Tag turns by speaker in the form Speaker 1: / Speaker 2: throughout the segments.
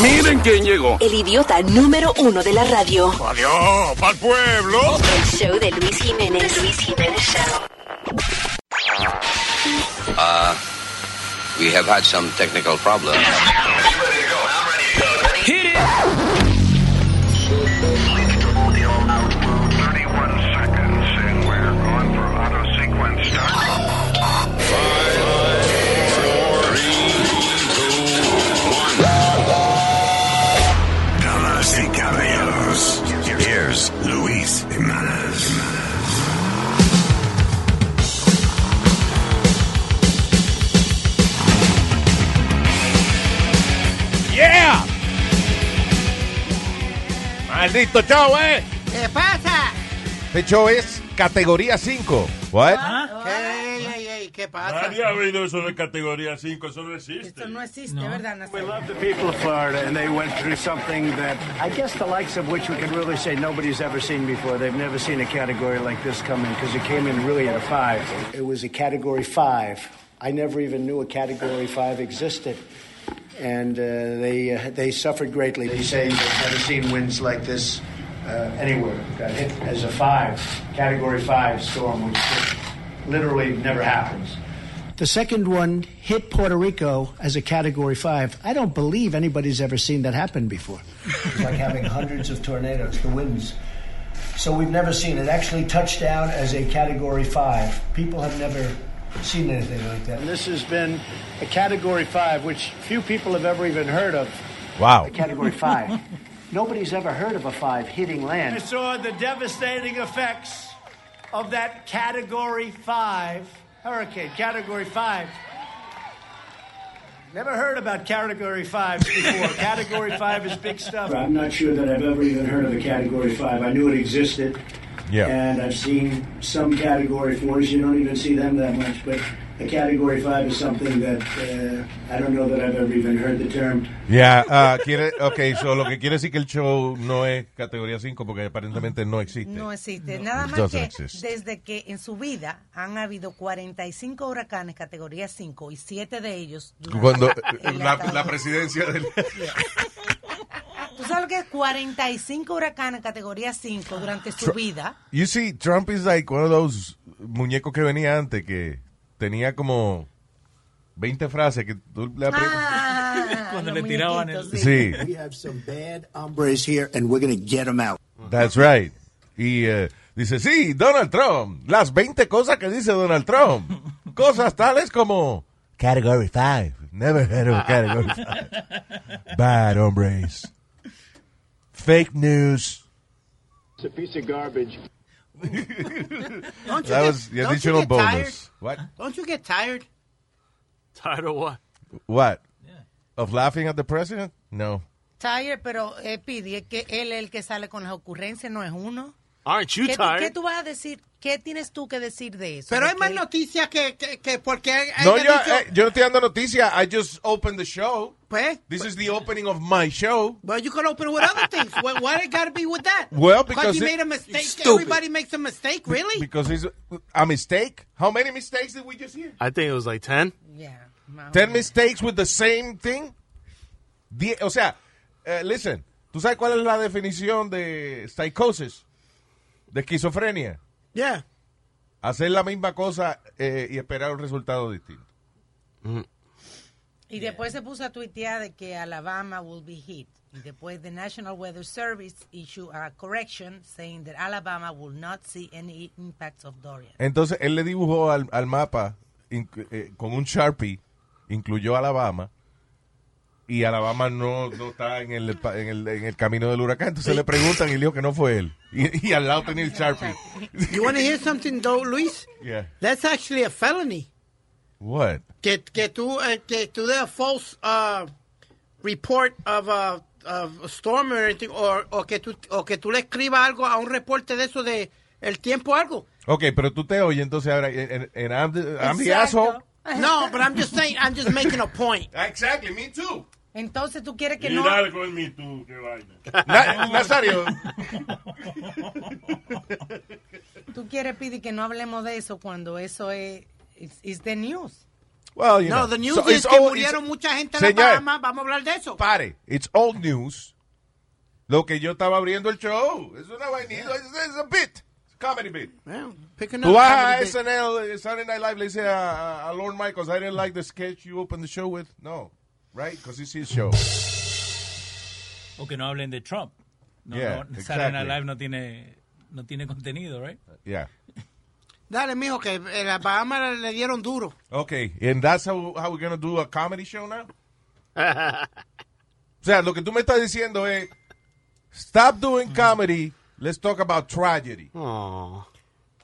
Speaker 1: Miren quién llegó.
Speaker 2: El idiota número uno de la radio.
Speaker 1: Adiós, pa'l pueblo.
Speaker 2: El show de Luis Jiménez. Luis Jiménez Show.
Speaker 3: Uh, we have had some technical problem.
Speaker 4: Damas y caballeros, here's Luis Jimenez.
Speaker 5: ¡Yeah! ¡Maldito show, eh!
Speaker 6: ¿Qué pasa?
Speaker 5: Este show es categoría 5. What?
Speaker 6: Ey, ey, ey, ¿Qué
Speaker 7: Ah,
Speaker 6: pasa?
Speaker 8: Nadie ha oído eso de categoría 5, eso no existe.
Speaker 6: Esto no existe, ¿verdad,
Speaker 9: We
Speaker 6: Nazario?
Speaker 9: love the people of Florida, and they went through something that I guess the likes of which we can really say nobody's ever seen before. They've never seen a category like this come in because it came in really at a five. It was a category five. I never even knew a category five existed. And uh, they, uh, they suffered greatly. They say they've never seen winds like this uh, anywhere. Got hit as a five, category five storm, which literally never happens. The second one hit Puerto Rico as a Category 5. I don't believe anybody's ever seen that happen before. It's like having hundreds of tornadoes, the winds. So we've never seen it actually touch down as a Category 5. People have never seen anything like that. This has been a Category 5, which few people have ever even heard of.
Speaker 5: Wow.
Speaker 9: Category 5. Nobody's ever heard of a 5 hitting land. I saw the devastating effects of that Category 5 hurricane, Category 5. Never heard about Category 5 before. category 5 is big stuff. I'm not sure that I've ever even heard of a Category 5. I knew it existed.
Speaker 5: Yeah.
Speaker 9: And I've seen some Category 4s. You don't even see them that much. But a Category 5 is something that uh, I don't know that I've ever even heard the term.
Speaker 5: Yeah, ah, quiere, ok, so lo que quiere decir que el show no es categoría 5 porque aparentemente no existe.
Speaker 7: No existe. Nada
Speaker 5: It
Speaker 7: más que
Speaker 5: doesn't exist.
Speaker 7: desde que en su vida han habido 45 huracanes categoría 5 y 7 de ellos. durante
Speaker 5: Cuando eh,
Speaker 7: el
Speaker 5: la,
Speaker 7: ataque.
Speaker 5: la presidencia del...
Speaker 7: ¿Tú sabes lo que es 45 huracanes categoría 5 durante su
Speaker 5: Tru-
Speaker 7: vida?
Speaker 5: You see, Trump is like one of those muñecos que venía antes que tenía como 20 frases que tú le aprietas.
Speaker 7: Ah,
Speaker 10: Cuando
Speaker 7: los
Speaker 10: le tiraban
Speaker 7: muñequitos, sí.
Speaker 5: Sí.
Speaker 4: We have some bad hombres here, and we're going to get them out.
Speaker 5: That's right. Y eh, dice, sí, Donald Trump. Las 20 cosas que dice Donald Trump. Cosas tales como... Category 5. Never heard of a Category 5. Bad hombres. Fake news.
Speaker 9: It's a piece of garbage.
Speaker 6: Don't you
Speaker 5: That
Speaker 6: get-
Speaker 5: was the
Speaker 6: don't you
Speaker 5: additional
Speaker 6: get
Speaker 5: bonus. What?
Speaker 6: tired? Don't you get tired?
Speaker 10: Tired of what?
Speaker 5: What? Of laughing at the president? No.
Speaker 7: Tired, pero eh, Pidi, es que él es el que sale con las ocurrencias, no es uno.
Speaker 10: Aren't you
Speaker 7: ¿Qué, tú- qué
Speaker 10: tired?
Speaker 7: tú vas a decir? ¿Qué tienes tú que decir de eso?
Speaker 6: Pero
Speaker 7: De
Speaker 6: hay más
Speaker 7: que-
Speaker 6: noticias que, que, que porque hay
Speaker 5: No,
Speaker 6: haya
Speaker 5: yo,
Speaker 6: dicho,
Speaker 5: eh, yo no estoy dando noticia. I just opened the show.
Speaker 6: pues,
Speaker 5: This is the opening of my show.
Speaker 6: but you could open with other things. Why, why it gotta be with that?
Speaker 5: Well, because
Speaker 6: because you
Speaker 5: it-
Speaker 6: made a mistake.
Speaker 5: it's stupid.
Speaker 6: Everybody makes a mistake, really?
Speaker 5: Because it's a mistake. How many mistakes did we just hear?
Speaker 10: I think it was like 10.
Speaker 7: Yeah, más o
Speaker 5: Ten
Speaker 7: menos.
Speaker 5: mistakes with the same thing. Die- o sea, eh, listen, ¿tú sabes cuál es la definición de psicosis? De esquizofrenia.
Speaker 6: Yeah.
Speaker 5: Hacer la misma cosa eh, y esperar un resultado distinto.
Speaker 7: Y después se puso a tuitear de que Alabama will be hit. Y después the National Weather Service issued a correction saying that Alabama will not see any impacts of Dorian.
Speaker 5: Entonces él le dibujó al, al mapa inc- eh, con un Sharpie, incluyó Alabama, y Alabama no, no está en el, pa- en, el, en el camino del huracán. Entonces le preguntan y le dijo que no fue él. Y, y al lado tenía el Sharpie.
Speaker 6: You want to hear something, though, Luis?
Speaker 5: Yeah.
Speaker 6: That's actually a felony.
Speaker 5: What?
Speaker 6: Que, que tú, eh, que tú dé a false uh, report of a, of a storm or anything, or, o, que tú, o que tú le escribas algo a un reporte de eso de el tiempo o algo.
Speaker 5: Ok, pero tú te oyes entonces ahora. En, en I'm the, I'm the
Speaker 7: Exacto.
Speaker 5: asshole. Ah,
Speaker 6: No, but I'm just saying, I'm just making a point.
Speaker 5: Exactly, me too.
Speaker 7: Entonces tú quieres que
Speaker 8: Mira
Speaker 7: no...
Speaker 8: algo en mí tú, qué vaina.
Speaker 5: Nazario.
Speaker 7: Tú quieres, Pidi, que no hablemos de eso cuando eso es... It's, it's the news.
Speaker 5: Well, you know.
Speaker 6: No, the news
Speaker 5: So
Speaker 6: is
Speaker 5: it's
Speaker 6: que
Speaker 5: all-
Speaker 6: murieron
Speaker 5: it's-
Speaker 6: mucha gente en
Speaker 5: Señor,
Speaker 6: las Bahamas. Vamos a hablar de eso.
Speaker 5: Pare, it's old news. Lo que yo estaba abriendo el show. Es una vainilla, es, es a bit. It's a comedy bit.
Speaker 6: Well, picking
Speaker 5: Tú
Speaker 6: up
Speaker 5: vas a
Speaker 6: comedy bit.
Speaker 5: SNL, eh, Saturday Night Live, le dice a, a- a Lord Michaels, I didn't like the sketch you opened the show with. No, right? Because it's his show.
Speaker 11: O que no hablen de Trump. No,
Speaker 5: Yeah,
Speaker 11: no, Saturday Night
Speaker 5: exactly.
Speaker 11: Live no tiene, no tiene contenido, right?
Speaker 5: Yeah.
Speaker 6: Dale, mijo, que en las Bahamas le dieron duro.
Speaker 5: Okay, and that's how, how we're going to do a comedy show now? O sea, lo que tú me estás diciendo es, stop
Speaker 11: Mm.
Speaker 5: doing comedy, let's talk about tragedy.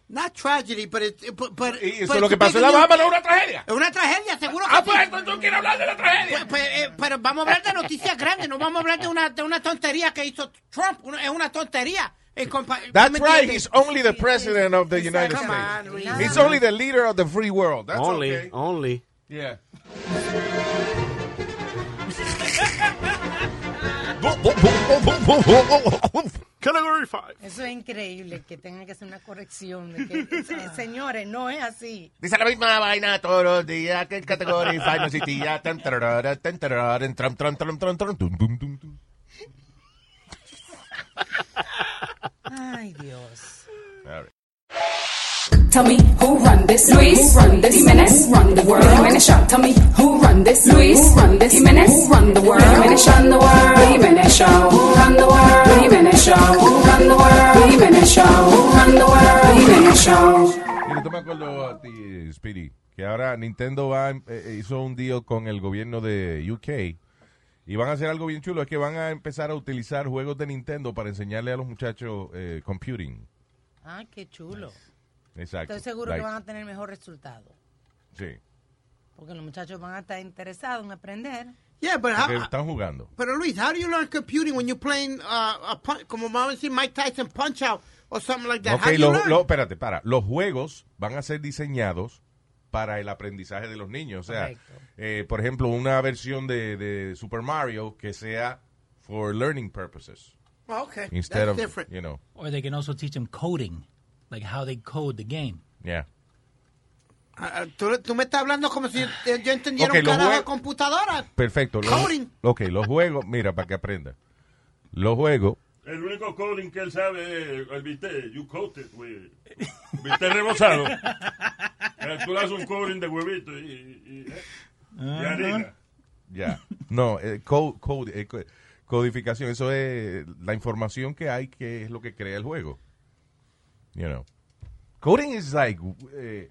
Speaker 6: Not tragedy, but it, but, but,
Speaker 5: Y eso
Speaker 6: but
Speaker 5: es lo que pasó en la
Speaker 6: it's
Speaker 5: Bahama, no es una tragedia.
Speaker 6: Es una tragedia, seguro que
Speaker 5: Ah,
Speaker 6: sí.
Speaker 5: pues entonces tú quieres hablar de la tragedia.
Speaker 6: Pues, pues, eh, pero vamos a hablar de noticias grandes, no vamos a hablar de una, de una tontería que hizo Trump. Uno- Es una tontería. Eh, compa- ¿tú me
Speaker 5: That's right.
Speaker 6: entiendes?
Speaker 5: He's only the president of the United
Speaker 6: Come on,
Speaker 5: States.
Speaker 6: Luis.
Speaker 5: He's only the leader of the free world. That's
Speaker 10: only,
Speaker 5: okay.
Speaker 10: only.
Speaker 5: Yeah.
Speaker 10: Category 5.
Speaker 7: Eso es increíble que tengan que hacer una corrección. de que- se- señores, no es así.
Speaker 5: Dice la misma vaina todos los días que el category 5 no existía. Tan, tarara, tan, tarara, tram, tram, tram, tram, tram, tum, tum, tum, tum.
Speaker 7: Ay, Dios.
Speaker 12: Tell me who run this? Luis. Who run this? Jimenez. Who run the world? Jimenez Show. Tell me who run this? Luis. Who run this? Jimenez. Who run the world? Jimenez Show. Run the world. Jimenez Show. Who run the world? Jimenez Show. Who run the world? Jimenez Show. Who run the world? Jimenez Show.
Speaker 5: Mira, tú me acuerdo a ti, Speedy, que ahora Nintendo va, em- eh, eh, hizo un deal con el gobierno de UK y van a hacer algo bien chulo, es que van a empezar a utilizar juegos de Nintendo para enseñarle a los muchachos eh, computing.
Speaker 7: Ah, qué chulo.
Speaker 5: Exacto.
Speaker 7: Estoy seguro
Speaker 5: Like,
Speaker 7: que van a tener mejor resultado.
Speaker 5: Sí,
Speaker 7: Porque los muchachos van a estar interesados en aprender.
Speaker 6: Yeah,
Speaker 7: Ah.
Speaker 6: but
Speaker 5: porque
Speaker 6: how,
Speaker 5: están jugando.
Speaker 6: pero Luis, how do you learn computing when you're playing, uh, a pun- como vamos a decir, Mike Tyson Punch Out or something like that?
Speaker 5: Ok,
Speaker 6: how do you
Speaker 5: lo-
Speaker 6: learn?
Speaker 5: lo- espérate, para. Los juegos van a ser diseñados para el aprendizaje de los niños. O sea,
Speaker 7: Correcto.
Speaker 5: eh, por ejemplo, una versión de, de Super Mario que sea for learning purposes.
Speaker 6: Oh, okay,
Speaker 5: Instead
Speaker 6: that's
Speaker 5: of,
Speaker 6: different.
Speaker 5: you know,
Speaker 11: Or they can also teach them coding, like how they code the game.
Speaker 5: yeah.
Speaker 6: Ah, ah, tú, tú me estás hablando como si eh, yo entendiera
Speaker 5: Ok,
Speaker 6: un
Speaker 5: lo
Speaker 6: carajo
Speaker 5: jue-
Speaker 6: de computadora.
Speaker 5: Perfecto. Los,
Speaker 6: Coding.
Speaker 5: ok, los juegos, mira, para que aprenda. Los juegos,
Speaker 8: El único coding que él sabe es el viste, you coated, güey. Viste rebozado. Eh, Tú le haces un coding de huevito y, y, eh,
Speaker 11: Ah,
Speaker 8: y- y harina.
Speaker 5: ya. No, eh, co- code- eh, co- codificación, eso es la información que hay que es lo que crea el juego. You know. Coding is like eh,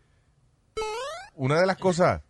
Speaker 5: una de las cosas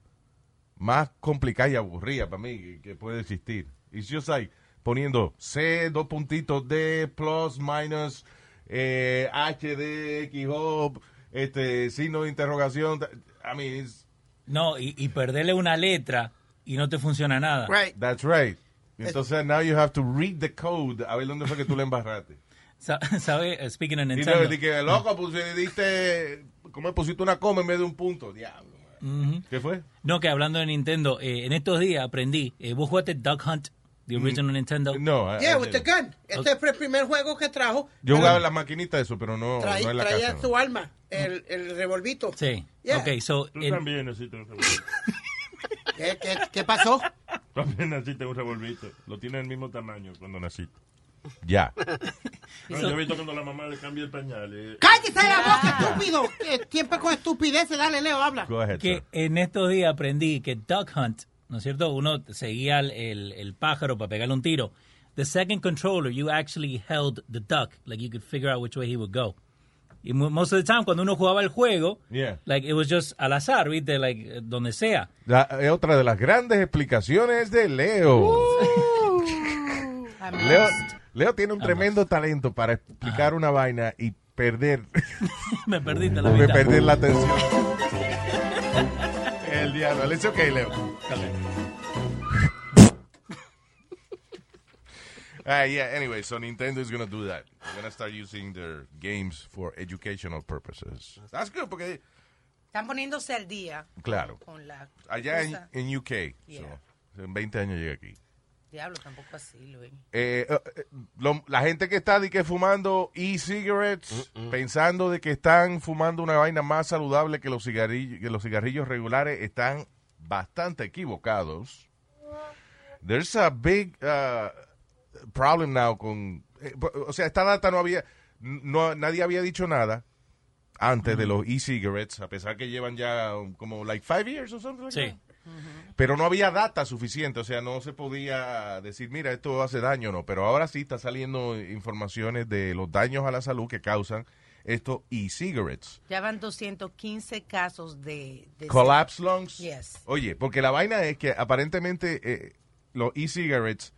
Speaker 5: más complicadas y aburridas para mí que- que puede existir. It's just like poniendo C, dos puntitos D, plus, minus, eh, H, D, X, O, este, signo de interrogación. ta- I mean, it's-
Speaker 11: No, y, y perderle una letra y no te funciona nada.
Speaker 6: Right.
Speaker 5: that's right. Entonces, now you have to read the code a ver dónde fue que tú le embarraste.
Speaker 11: Sa- ¿Sabe? eh, Speaking of
Speaker 5: Y
Speaker 11: Nintendo.
Speaker 5: te dije, loco, pues, eh, diste, ¿cómo pusiste una coma en vez de un punto? Diablo. man. ¿Qué fue?
Speaker 11: No, que hablando de Nintendo, eh, en estos días aprendí. eh, ¿Vos jugaste Duck Hunt,
Speaker 8: Mm.
Speaker 11: the original Nintendo?
Speaker 5: No. I-
Speaker 6: Yeah,
Speaker 5: I
Speaker 6: with the
Speaker 5: didn't.
Speaker 6: gun. Este fue el primer juego que trajo.
Speaker 5: Yo jugaba en las maquinitas eso, pero no,
Speaker 6: Traí-
Speaker 5: Oh, no en la
Speaker 6: traía
Speaker 5: casa. ¿no?
Speaker 6: su alma, el, el revolvito.
Speaker 11: Sí.
Speaker 6: Yeah.
Speaker 11: Ok, so.
Speaker 8: Tú
Speaker 11: en-
Speaker 8: también naciste un revolvito.
Speaker 6: ¿Qué, qué, qué pasó?
Speaker 8: También naciste un revolvito. Lo tiene el mismo tamaño cuando naciste.
Speaker 5: Ya.
Speaker 8: No, yo he visto cuando la mamá le cambia el pañal. eh,
Speaker 6: ¡Cállese la boca, estúpido! Eh, Siempre con estupideces, dale, Leo, habla.
Speaker 5: Go ahead,
Speaker 11: que
Speaker 5: sir.
Speaker 11: en estos días aprendí que Duck Hunt, ¿no es cierto? Uno seguía el, el- el pájaro para pegarle un tiro. The second controller, you actually held the duck, like you could figure out which way he would go. Y mo- most of the time, cuando uno jugaba el juego,
Speaker 5: Yeah.
Speaker 11: like it was just al azar, ¿viste? Like eh, donde sea.
Speaker 5: La- eh, otra de las grandes explicaciones de Leo.
Speaker 6: Uh.
Speaker 7: I'm
Speaker 5: Leo,
Speaker 7: lost.
Speaker 5: Leo tiene un tremendo talento para explicar una vaina y perder,
Speaker 11: Me perdiste la mitad.
Speaker 5: perder la atención. El diablo. Le dice, ok, Leo. Ah, yeah, anyway, so Nintendo is going to do that. They're going to start using their games for educational purposes. That's good, porque,
Speaker 7: Están poniéndose al día
Speaker 5: claro,
Speaker 7: con la.
Speaker 5: allá en,
Speaker 7: cosa.
Speaker 5: en UK. so,
Speaker 7: Yeah.
Speaker 5: en 20 años llega aquí.
Speaker 7: Diablo, tampoco así, Luis.
Speaker 5: Eh, eh, eh, lo- la gente que está de que fumando e-cigarettes, pensando de que están fumando una vaina más saludable que los, cigarrillos, que los cigarrillos regulares, están bastante equivocados. There's a big uh, problem now con... eh, o sea, esta data no había... No, nadie había dicho nada antes de los e-cigarettes, a pesar que llevan ya um, como like five years o something like that. Pero no había data suficiente, o sea, no se podía decir, mira, esto hace daño o no. Pero ahora sí está saliendo informaciones de los daños a la salud que causan estos e-cigarettes.
Speaker 7: Ya van 215 casos de... de-
Speaker 5: Collapse lungs.
Speaker 7: Yes.
Speaker 5: Oye, porque la vaina es que aparentemente eh, los e-cigarettes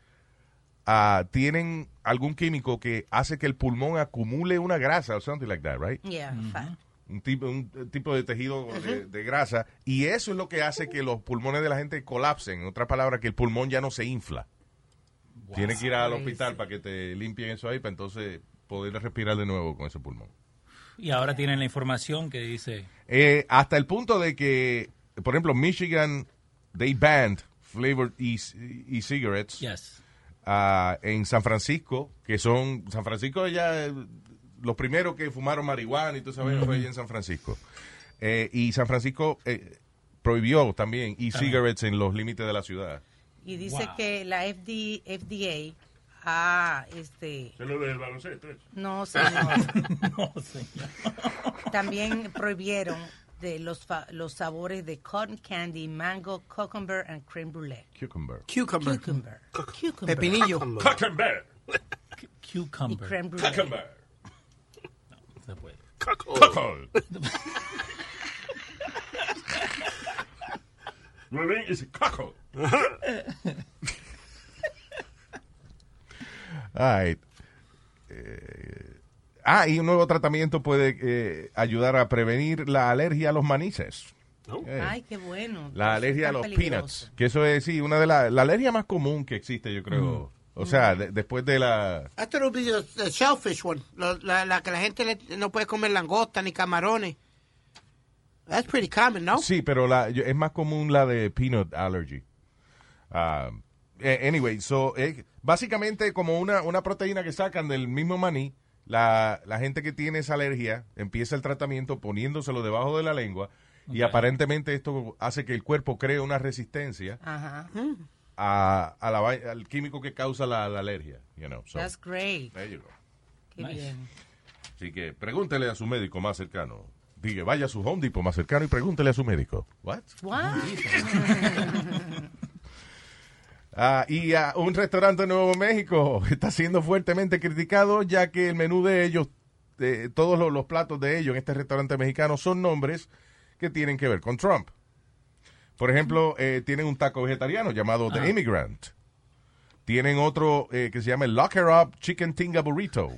Speaker 5: ah, tienen algún químico que hace que el pulmón acumule una grasa o something like that, right?
Speaker 7: Yeah, fat.
Speaker 5: Un tipo, un tipo de tejido de, de grasa. Y eso es lo que hace que los pulmones de la gente colapsen. En otras palabras, que el pulmón ya no se infla. Tienes que ir al
Speaker 11: Crazy.
Speaker 5: hospital para que te limpien eso ahí, para entonces poder respirar de nuevo con ese pulmón.
Speaker 11: Y ahora tienen la información que dice...
Speaker 5: Eh, hasta el punto de que, por ejemplo, Michigan, they banned flavored e- e-cigarettes.
Speaker 11: Yes.
Speaker 5: Ah, en San Francisco, que son, San Francisco ya, eh, los primeros que fumaron marihuana y tú sabes, fue allí en San Francisco. Eh, y San Francisco eh, prohibió también e-cigarettes en los límites de la ciudad.
Speaker 7: Y dice
Speaker 5: Wow.
Speaker 7: que la FD, FDA ah, este...
Speaker 8: Se lo del baloncesto. eh. eso.
Speaker 7: No, señor. También prohibieron de los, fa- los sabores de cotton candy, mango, cucumber and creme brulee.
Speaker 5: Cucumber.
Speaker 6: Cucumber.
Speaker 7: Cucumber. Cucumber.
Speaker 6: Pepinillo.
Speaker 8: Cucumber.
Speaker 7: Y
Speaker 11: Cucumber.
Speaker 7: creme brulee.
Speaker 8: Cucumber.
Speaker 11: Cuckold.
Speaker 8: Nueve is cuckold.
Speaker 5: All right. Eh, ah, y un nuevo tratamiento puede eh, ayudar a prevenir la alergia a los manices. Eh.
Speaker 7: Ay, qué bueno.
Speaker 5: La alergia a
Speaker 7: Tan
Speaker 5: los
Speaker 7: peligroso.
Speaker 5: peanuts. Que eso es, sí, una de las. La alergia más común que existe, yo creo.
Speaker 7: Mm.
Speaker 5: O sea, de- después de la.
Speaker 6: I thought it would be the, the shellfish one. Lo- La, la que la gente le- no puede comer langosta ni camarones. That's pretty common, ¿no?
Speaker 5: Sí, pero la, yo- es más común la de peanut allergy. Ah, eh, anyway, so, eh, básicamente, como una, una proteína que sacan del mismo maní, la, la gente que tiene esa alergia empieza el tratamiento poniéndoselo debajo de la lengua. Y aparentemente esto hace que el cuerpo cree una resistencia
Speaker 7: Ajá.
Speaker 5: a, a la vai- al químico que causa la, la alergia. You know, so,
Speaker 7: That's great.
Speaker 5: there you go.
Speaker 7: Qué
Speaker 11: Nice.
Speaker 7: bien.
Speaker 5: Así que pregúntele a su médico más cercano. Diga, vaya a su Home Depot más cercano y pregúntele a su médico. What?
Speaker 7: What?
Speaker 5: Ah, y ah, un restaurante de Nuevo México está siendo fuertemente criticado ya que el menú de ellos, eh, todos los, los platos de ellos en este restaurante mexicano son nombres que tienen que ver con Trump. Por ejemplo, eh, tienen un taco vegetariano llamado The Immigrant. Tienen otro eh, que se llama el Locker Up Chicken Tinga Burrito.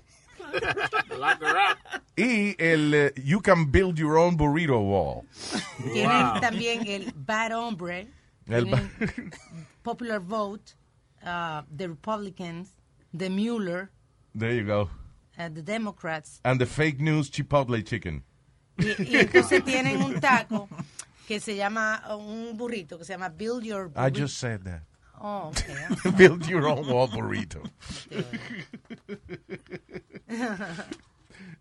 Speaker 5: Y el eh, You Can Build Your Own Burrito Wall.
Speaker 7: Tienen también el Bad Hombre,
Speaker 5: El ba-
Speaker 7: Popular Vote, uh, the Republicans, the Mueller,
Speaker 5: There you go.
Speaker 7: uh, the Democrats.
Speaker 5: And the fake news Chipotle chicken.
Speaker 7: Y, y entonces tienen un taco que se llama, uh, un burrito que se llama Build Your
Speaker 5: I
Speaker 7: Burri-
Speaker 5: just said that.
Speaker 7: Oh, okay.
Speaker 5: Build your own wall burrito.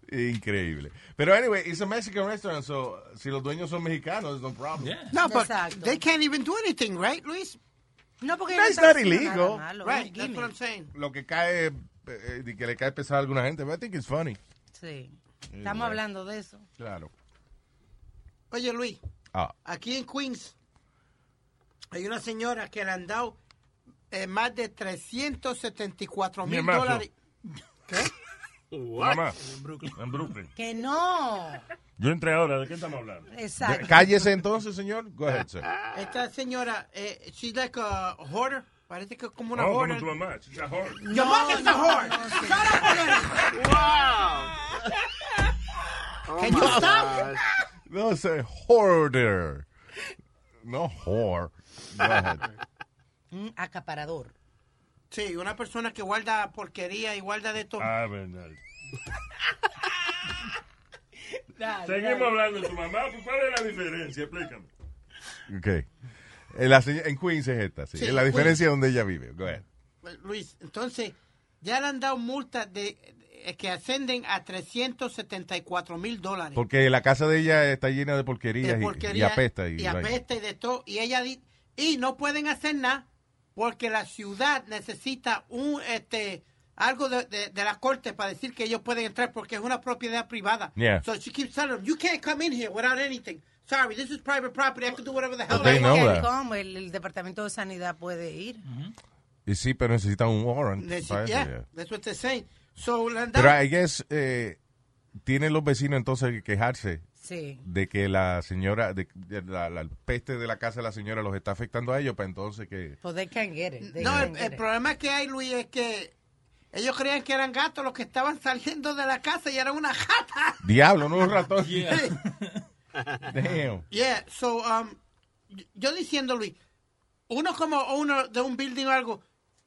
Speaker 5: Increíble. Pero anyway, it's a Mexican restaurant, so si los dueños son mexicanos, no problem.
Speaker 6: No, but
Speaker 7: Exacto.
Speaker 6: they can't even do anything, right, Luis?
Speaker 7: No, porque
Speaker 5: That's
Speaker 7: no están
Speaker 5: not
Speaker 7: haciendo
Speaker 5: illegal.
Speaker 7: nada malo, es
Speaker 6: Right,
Speaker 7: un
Speaker 6: that's
Speaker 7: gimmick.
Speaker 6: what I'm saying.
Speaker 5: Lo que cae, eh, eh, que le cae pesado a alguna gente, but I think it's funny.
Speaker 7: Sí. Estamos hablando de eso.
Speaker 5: Claro.
Speaker 6: Oye, Luis,
Speaker 5: Ah,
Speaker 6: aquí en Queens hay una señora que le han dado eh, más de 374
Speaker 5: Mi
Speaker 6: mil
Speaker 5: hermano.
Speaker 6: dólares.
Speaker 8: Mamá.
Speaker 11: En Brooklyn.
Speaker 8: En Brooklyn.
Speaker 7: Que no.
Speaker 8: Yo entré ahora. ¿De qué estamos hablando?
Speaker 7: Exacto.
Speaker 5: cállese entonces, señor. Go ahead, sir.
Speaker 6: Esta señora, eh, she's like a hoarder. Parece que es como una
Speaker 8: No, Oh, como
Speaker 6: hoarder.
Speaker 8: tu mamá. She's a whore.
Speaker 6: Your mother's a whore. Shut up already. Can you stop?
Speaker 5: No, sir. Hoarder. No, whore. Go ahead.
Speaker 7: Un acaparador.
Speaker 6: Sí, una persona que guarda porquería y guarda de todo.
Speaker 8: Ah, verdad. Seguimos hablando de tu mamá. pues, ¿Cuál es la diferencia? Explícame.
Speaker 5: Ok. En, Eh, la, señ- en Queens es esta, sí.
Speaker 6: Sí,
Speaker 5: en la
Speaker 6: Queens.
Speaker 5: diferencia donde ella vive. Go ahead.
Speaker 6: Eh, Luis, entonces, ya le han dado multas de, eh, que ascenden a 374 mil dólares.
Speaker 5: Porque la casa de ella está llena de porquerías, y-
Speaker 6: de porquería,
Speaker 5: y, apesta. Y, vaina.
Speaker 6: apesta y de todo. Y ella di- y no pueden hacer nada porque la ciudad necesita un este algo de, de- de la corte para decir que ellos pueden entrar porque es una propiedad privada.
Speaker 5: Yeah.
Speaker 6: So she keeps telling them, you can't come in here without anything. Sorry, this is private property. I can do whatever the hell
Speaker 5: they
Speaker 6: I
Speaker 5: know that.
Speaker 6: want.
Speaker 7: ¿Cómo el, el departamento de sanidad puede ir?
Speaker 5: Y sí, pero necesita un warrant.
Speaker 6: Nece-
Speaker 5: para eso,
Speaker 6: yeah,
Speaker 5: yeah.
Speaker 6: that's what they're saying. So, le han dado-
Speaker 5: Pero I guess eh, tienen los vecinos entonces que quejarse
Speaker 7: Sí.
Speaker 5: de que la señora, de, de la, la peste de la casa de la señora los está afectando a ellos, para entonces que...
Speaker 7: Pues they can't get it. They
Speaker 6: No, eh,
Speaker 7: can't
Speaker 6: el,
Speaker 7: get
Speaker 6: el
Speaker 7: it.
Speaker 6: problema que hay, Luis, es que ellos creían que eran gatos los que estaban saliendo de la casa y eran una jata.
Speaker 5: Diablo, no un ratón.
Speaker 6: Yeah.
Speaker 5: Damn.
Speaker 6: Yeah, so, um, yo- yo diciendo, Luis, uno como owner de un building o algo,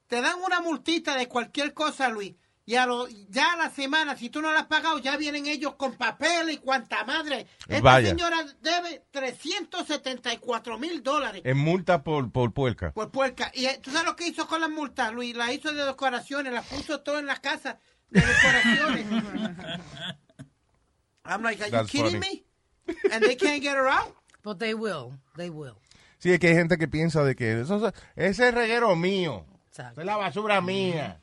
Speaker 6: te dan una multita de cualquier cosa, Luis, y a lo- ya a la semana, si tú no la has pagado, ya vienen ellos con papel y cuanta madre. Esta
Speaker 5: Vaya.
Speaker 6: señora debe 374 mil dólares
Speaker 5: En multa por, por puerca.
Speaker 6: por puerca. Y eh, tú sabes lo que hizo con las multas, Luis, la hizo de decoraciones, la puso todo en la casa de decoraciones. I'm like, are you
Speaker 5: That's
Speaker 6: kidding
Speaker 5: funny.
Speaker 6: me? And they can't get her out?
Speaker 7: But they will. They will.
Speaker 5: Sí, es que hay gente que piensa de que eso, ese reguero mío,
Speaker 7: Exacto.
Speaker 5: es la basura mía,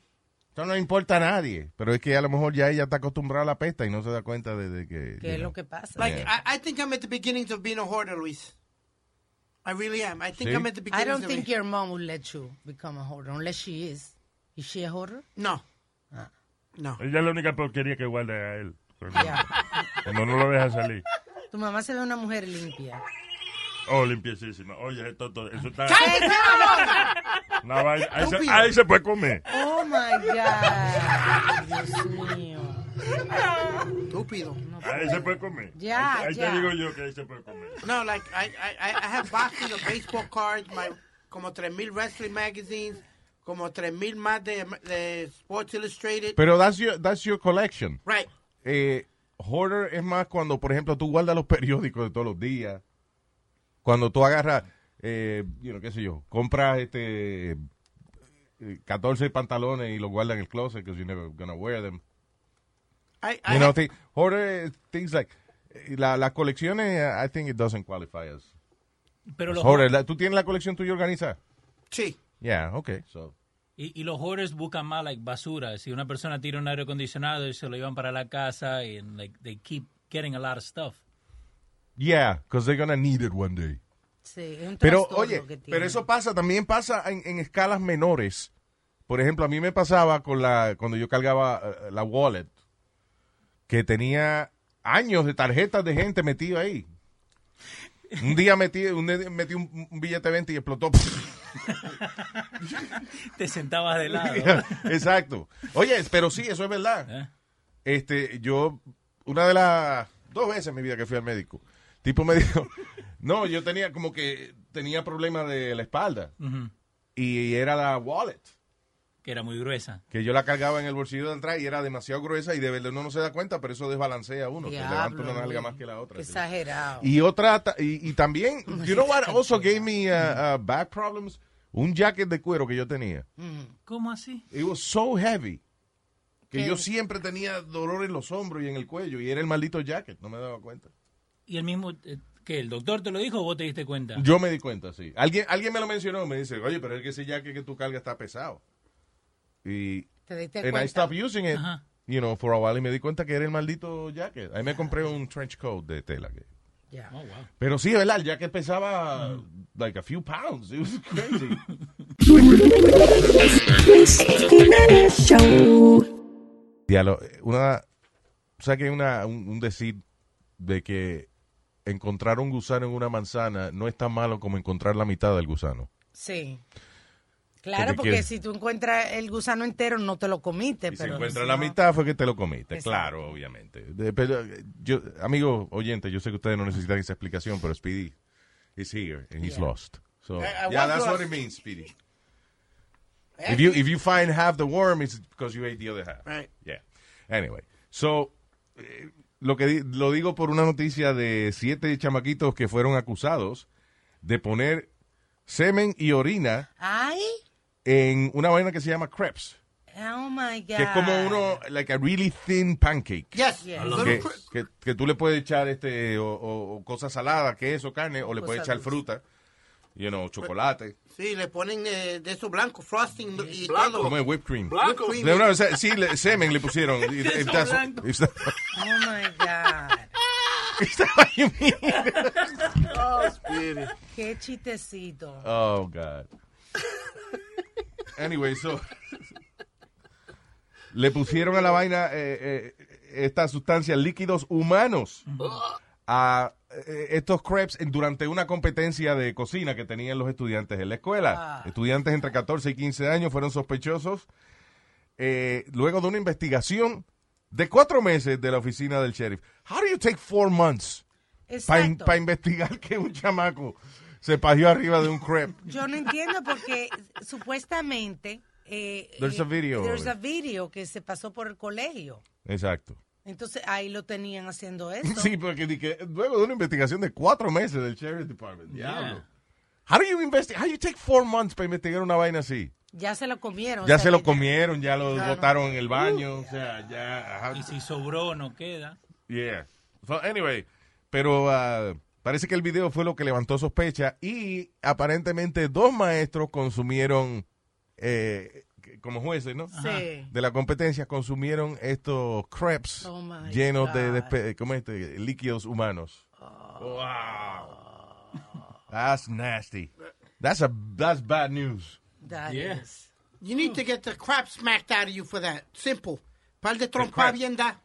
Speaker 5: eso no importa a nadie. Pero es que a lo mejor ya ella está acostumbrada a la pesta y no se da cuenta de, de que...
Speaker 7: ¿Qué es lo que pasa?
Speaker 6: Like, I, I think I'm at the beginnings of being a hoarder, Luis. I really am. I think
Speaker 5: Sí.
Speaker 6: I'm at the
Speaker 7: I
Speaker 6: beginnings
Speaker 7: don't
Speaker 6: of
Speaker 7: think
Speaker 6: it.
Speaker 7: your mom will let you become a hoarder unless she is. Is she a hoarder?
Speaker 6: No.
Speaker 5: Ah.
Speaker 6: No.
Speaker 8: Ella es la única porquería que guarda a él. Cuando,
Speaker 7: Ya.
Speaker 8: cuando no lo deja salir.
Speaker 7: Tu mamá se ve una mujer limpia.
Speaker 8: Oh, limpiecísima. Oye, esto, todo- eso está...
Speaker 7: ¡Cállese la boca!
Speaker 8: una vaina. Ahí, se,
Speaker 7: Estúpido.
Speaker 8: ahí se puede comer.
Speaker 7: Oh my God. Dios mío.
Speaker 6: Estúpido.
Speaker 8: Ahí se puede comer.
Speaker 7: Ya,
Speaker 8: ahí, ahí
Speaker 7: ya.
Speaker 8: te digo yo que ahí se puede comer.
Speaker 6: No, like, I, I, I I have boxes of baseball cards, my, como 3,000 wrestling magazines, como 3,000 más de, de Sports Illustrated.
Speaker 5: Pero that's your, that's your collection.
Speaker 6: Right.
Speaker 5: Eh, hoarder es más cuando, por ejemplo, tú guardas los periódicos de todos los días. Cuando tú agarras, eh, you know, qué sé yo, compras este eh, 14 pantalones y los guardas en el closet because you're never gonna wear them.
Speaker 6: I, I
Speaker 5: You know, thi- hoarder eh, things like eh, la- las colecciones, eh, I think it doesn't qualify as.
Speaker 11: Pero
Speaker 5: as
Speaker 11: los,
Speaker 5: hoarder. La- ¿Tú tienes la colección tuya organizada?
Speaker 6: Sí.
Speaker 5: Yeah, okay. So.
Speaker 11: y, y los hoarders buscan más like, basura. Si una persona tira un aire acondicionado y se lo llevan para la casa, y like, they keep getting a lot of stuff.
Speaker 5: Yeah, because they're gonna need it one day.
Speaker 7: Sí, es un
Speaker 5: Pero
Speaker 7: trastorno
Speaker 5: oye,
Speaker 7: que tiene.
Speaker 5: pero eso pasa, también pasa en, en escalas menores. Por ejemplo, a mí me pasaba con la cuando yo cargaba eh, la wallet que tenía años de tarjetas de gente metido ahí. Un día metí un, día metí un, un billete de 20 y explotó.
Speaker 11: Te sentabas de lado.
Speaker 5: Exacto. Oye, pero sí, eso es verdad. Este, yo, una de las dos veces en mi vida que fui al médico, tipo me dijo, no, yo tenía como que tenía problemas de la espalda
Speaker 11: Ujú.
Speaker 5: y era la wallet
Speaker 11: Que era muy gruesa.
Speaker 5: que yo la cargaba en el bolsillo de atrás y era demasiado gruesa y de verdad uno no se da cuenta, pero eso desbalancea a uno, te levanta
Speaker 7: Diablo,
Speaker 5: una nalga
Speaker 7: Luis.
Speaker 5: más que la otra.
Speaker 7: Qué exagerado.
Speaker 5: Y otra, ta- y, y también, you know what also gave me uh, uh, back problems? Un jacket de cuero que yo tenía.
Speaker 11: ¿Cómo así?
Speaker 5: It was so heavy que
Speaker 11: ¿Qué?
Speaker 5: yo siempre tenía dolor en los hombros y en el cuello y era el maldito jacket, no me daba cuenta.
Speaker 11: Y el mismo, eh, que el doctor te lo dijo o vos te diste cuenta.
Speaker 5: Yo me di cuenta, sí. Alguien, alguien me lo mencionó, me dice, oye, pero es que ese jacket que tú cargas está pesado. Y
Speaker 7: Te diste
Speaker 5: and I
Speaker 7: cuenta.
Speaker 5: stopped using it,
Speaker 7: Ajá.
Speaker 5: you know, for a while y me di cuenta que era el maldito jacket. Ahí me compré un trench coat de tela. que-
Speaker 7: Ya.
Speaker 5: Pero sí, ¿verdad? El jacket pesaba like a few pounds. It was crazy.
Speaker 13: Luis Jiménez Show.
Speaker 5: Diablo, eh, una, o sea que hay una, un, un decir de que encontrar un gusano en una manzana no es tan malo como encontrar la mitad del gusano.
Speaker 7: Sí. Claro,
Speaker 5: te
Speaker 7: porque
Speaker 5: quieres?
Speaker 7: si tú encuentras el gusano entero, no te lo comiste.
Speaker 5: Y si
Speaker 7: pero
Speaker 5: encuentras
Speaker 7: si
Speaker 5: la
Speaker 7: no-
Speaker 5: mitad fue que te lo comiste,
Speaker 7: Exacto.
Speaker 5: claro, obviamente. De- pero, eh, yo, amigo oyente, yo sé que ustedes no necesitan esa explicación, pero Speedy is here and he's
Speaker 1: Yeah.
Speaker 5: lost. So,
Speaker 1: I- I
Speaker 5: yeah,
Speaker 1: was
Speaker 5: that's what
Speaker 1: lost.
Speaker 5: it means, Speedy. If you if you find half the worm, it's because you ate the other half.
Speaker 6: Right.
Speaker 5: Yeah. Anyway, so eh, lo que di- lo digo por una noticia de siete chamaquitos que fueron acusados de poner semen y orina
Speaker 7: Ay,
Speaker 5: en una vaina que se llama crepes.
Speaker 7: Oh my God.
Speaker 5: Que es como uno, like a really thin pancake.
Speaker 7: Yes. Yes.
Speaker 5: Que, que- que tú le puedes echar este, o, o- o cosas saladas, queso, carne, o le puedes
Speaker 6: Cosa
Speaker 5: echar fruta, you know, chocolate.
Speaker 6: Sí, le ponen eh, de eso blanco, frosting y todo.
Speaker 5: Como es whipped cream.
Speaker 6: Blanco.
Speaker 5: No, no, o sea, sí, le- semen le pusieron. If- if
Speaker 6: Queso
Speaker 5: that's-
Speaker 6: blanco.
Speaker 5: if that-
Speaker 7: Oh my God.
Speaker 5: if that's what you mean.
Speaker 7: Qué chistecito.
Speaker 5: Oh, God. Anyway, so. Le pusieron a la vaina eh, eh, estas sustancias líquidos humanos a eh, estos crepes en- durante una competencia de cocina que tenían los estudiantes en la escuela.
Speaker 14: Ah.
Speaker 5: Estudiantes entre 14 y 15 años fueron sospechosos eh, luego de una investigación de cuatro meses de la oficina del sheriff. How do you take four months para
Speaker 7: Exacto.
Speaker 5: investigar que un chamaco se pajeó arriba de un crepe?
Speaker 7: Yo no entiendo porque supuestamente. eh,
Speaker 5: There's
Speaker 7: eh,
Speaker 5: a video of
Speaker 7: There's
Speaker 5: it.
Speaker 7: a video que se pasó por el colegio.
Speaker 5: Exacto.
Speaker 7: Entonces ahí lo tenían haciendo eso.
Speaker 5: Sí, porque di que luego de una investigación de cuatro meses del Sheriff Department.
Speaker 7: Yeah.
Speaker 5: Diablo. How do you investigate? How you take four months para investigar una vaina así?
Speaker 7: Ya se lo comieron.
Speaker 5: ya
Speaker 7: o sea,
Speaker 5: se lo
Speaker 7: que-
Speaker 5: comieron, ya lo
Speaker 7: Claro. Uh.
Speaker 5: botaron en el baño, o sea, ya.
Speaker 11: Y si sobró, no queda.
Speaker 5: Yeah. So, anyway, pero ah, parece que el video fue lo que levantó sospecha y aparentemente dos maestros consumieron, eh, que- como jueces, ¿no?
Speaker 7: Sí.
Speaker 5: De la competencia, consumieron estos crepes
Speaker 7: Oh, my
Speaker 5: llenos de,
Speaker 7: God. Oh.
Speaker 5: despe- ¿cómo es este? líquidos humanos. Wow. That's nasty. That's, a, that's bad news.
Speaker 7: That
Speaker 6: Yeah.
Speaker 7: is-
Speaker 6: You need to get the crap smacked out of you for that. Simple. Par de trompa
Speaker 5: crap.
Speaker 6: bien da.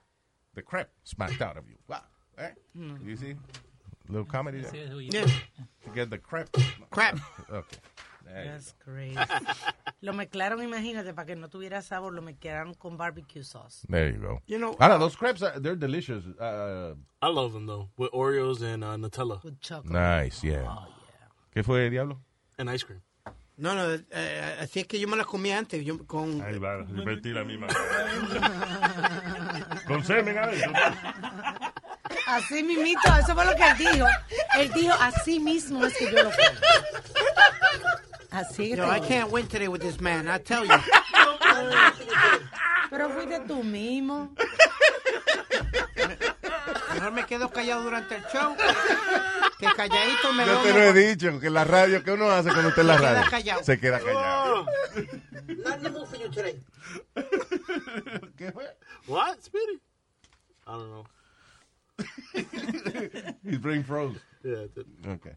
Speaker 5: The crep smacked out of you. Wow. Eh?
Speaker 7: Mm.
Speaker 5: You see? Little comedy there.
Speaker 6: Yeah.
Speaker 5: To get the crep.
Speaker 6: Crap.
Speaker 5: Okay. There you
Speaker 7: That's
Speaker 5: go.
Speaker 7: crazy. lo mezclaron, imagínate, para que no tuviera sabor, lo mezclaron con barbecue sauce.
Speaker 5: There you go.
Speaker 7: You know-
Speaker 5: Ahora, those crepes, are, they're delicious. Uh,
Speaker 15: I love them though, with Oreos and uh, Nutella
Speaker 5: nice, yeah. ¿Qué fue, Diablo?
Speaker 15: and ice cream.
Speaker 6: No, no, eh, así es que yo me las comía antes. Yo con...
Speaker 8: Ahí va, repetir la misma. Con semen adentro.
Speaker 7: Así mismito, eso fue lo que él dijo. Él dijo, así mismo es que yo lo como. Así es.
Speaker 6: Yo, I can't win today with this man, I tell you.
Speaker 7: Pero fuiste tú mismo.
Speaker 6: Mejor me quedo callado durante el show. Que calladito me
Speaker 5: Yo
Speaker 6: veo
Speaker 5: te lo he
Speaker 6: mejor.
Speaker 5: dicho, que la radio, ¿qué uno hace cuando usted en la
Speaker 6: Se queda
Speaker 5: radio?
Speaker 6: callado.
Speaker 5: Se queda callado.
Speaker 15: What, Speedy? I don't know.
Speaker 5: His brain froze.
Speaker 15: Yeah, it did.
Speaker 5: Okay.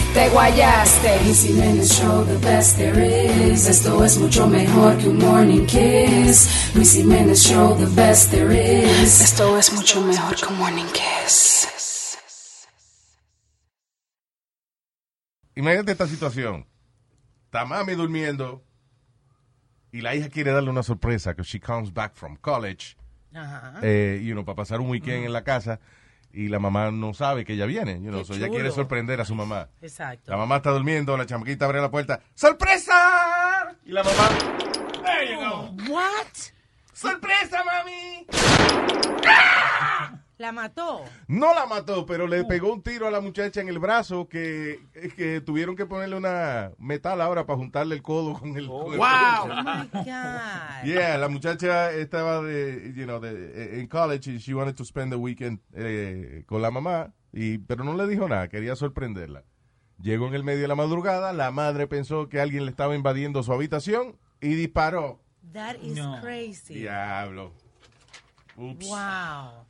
Speaker 12: te guayaste. Luis Jiménez Show, the best there is. Esto es mucho mejor que un morning kiss. Luis Jiménez Show, the best there is. Esto es mucho mejor que un morning kiss.
Speaker 5: Imagínate esta situación. Está mami durmiendo y la hija quiere darle una sorpresa, que she comes back from college,
Speaker 7: Ajá.
Speaker 5: eh, you know, para pasar un weekend en la casa y la mamá no sabe que ella viene, you know,
Speaker 7: Qué
Speaker 5: so ella
Speaker 7: chulo.
Speaker 5: quiere sorprender a su mamá.
Speaker 7: Exacto.
Speaker 5: La mamá está durmiendo, la chamaquita abre la puerta. ¡Sorpresa! Y la mamá. There you go.
Speaker 7: Oh, What?
Speaker 5: ¡Sorpresa, mami!
Speaker 7: La mató.
Speaker 5: No la mató, pero
Speaker 7: Uh.
Speaker 5: le pegó un tiro a la muchacha en el brazo que, que tuvieron que ponerle una metal ahora para juntarle el codo con el. con el
Speaker 7: Oh
Speaker 5: pecho.
Speaker 7: my God.
Speaker 5: Yeah, la muchacha estaba de, you know, de, en college y she wanted to spend the weekend eh, con la mamá, y, pero no le dijo nada, quería sorprenderla. Llegó en el medio de la madrugada, la madre pensó que alguien le estaba invadiendo su habitación y disparó.
Speaker 7: That is
Speaker 5: No.
Speaker 7: crazy.
Speaker 5: Diablo. Ups.
Speaker 7: Wow.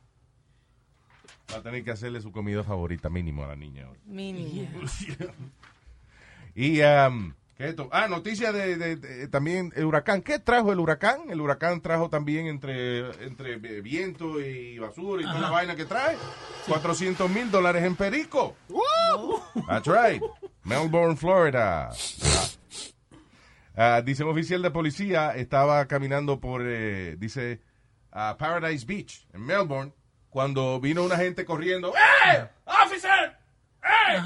Speaker 5: Va a tener que hacerle su comida favorita mínimo a la niña ahora.
Speaker 7: Mi niña.
Speaker 5: Y, um, ¿qué es esto? Ah, noticia de, de- de- también el huracán. ¿Qué trajo el huracán? El huracán trajo también entre, entre viento y basura y toda la vaina que trae. 400 mil dólares en perico. That's right. Melbourne, Florida. Ah, dice un oficial de policía, estaba caminando por, eh, dice, a Paradise Beach, en Melbourne, cuando vino una gente corriendo. ¡Eh! ¡Officer! ¡Eh!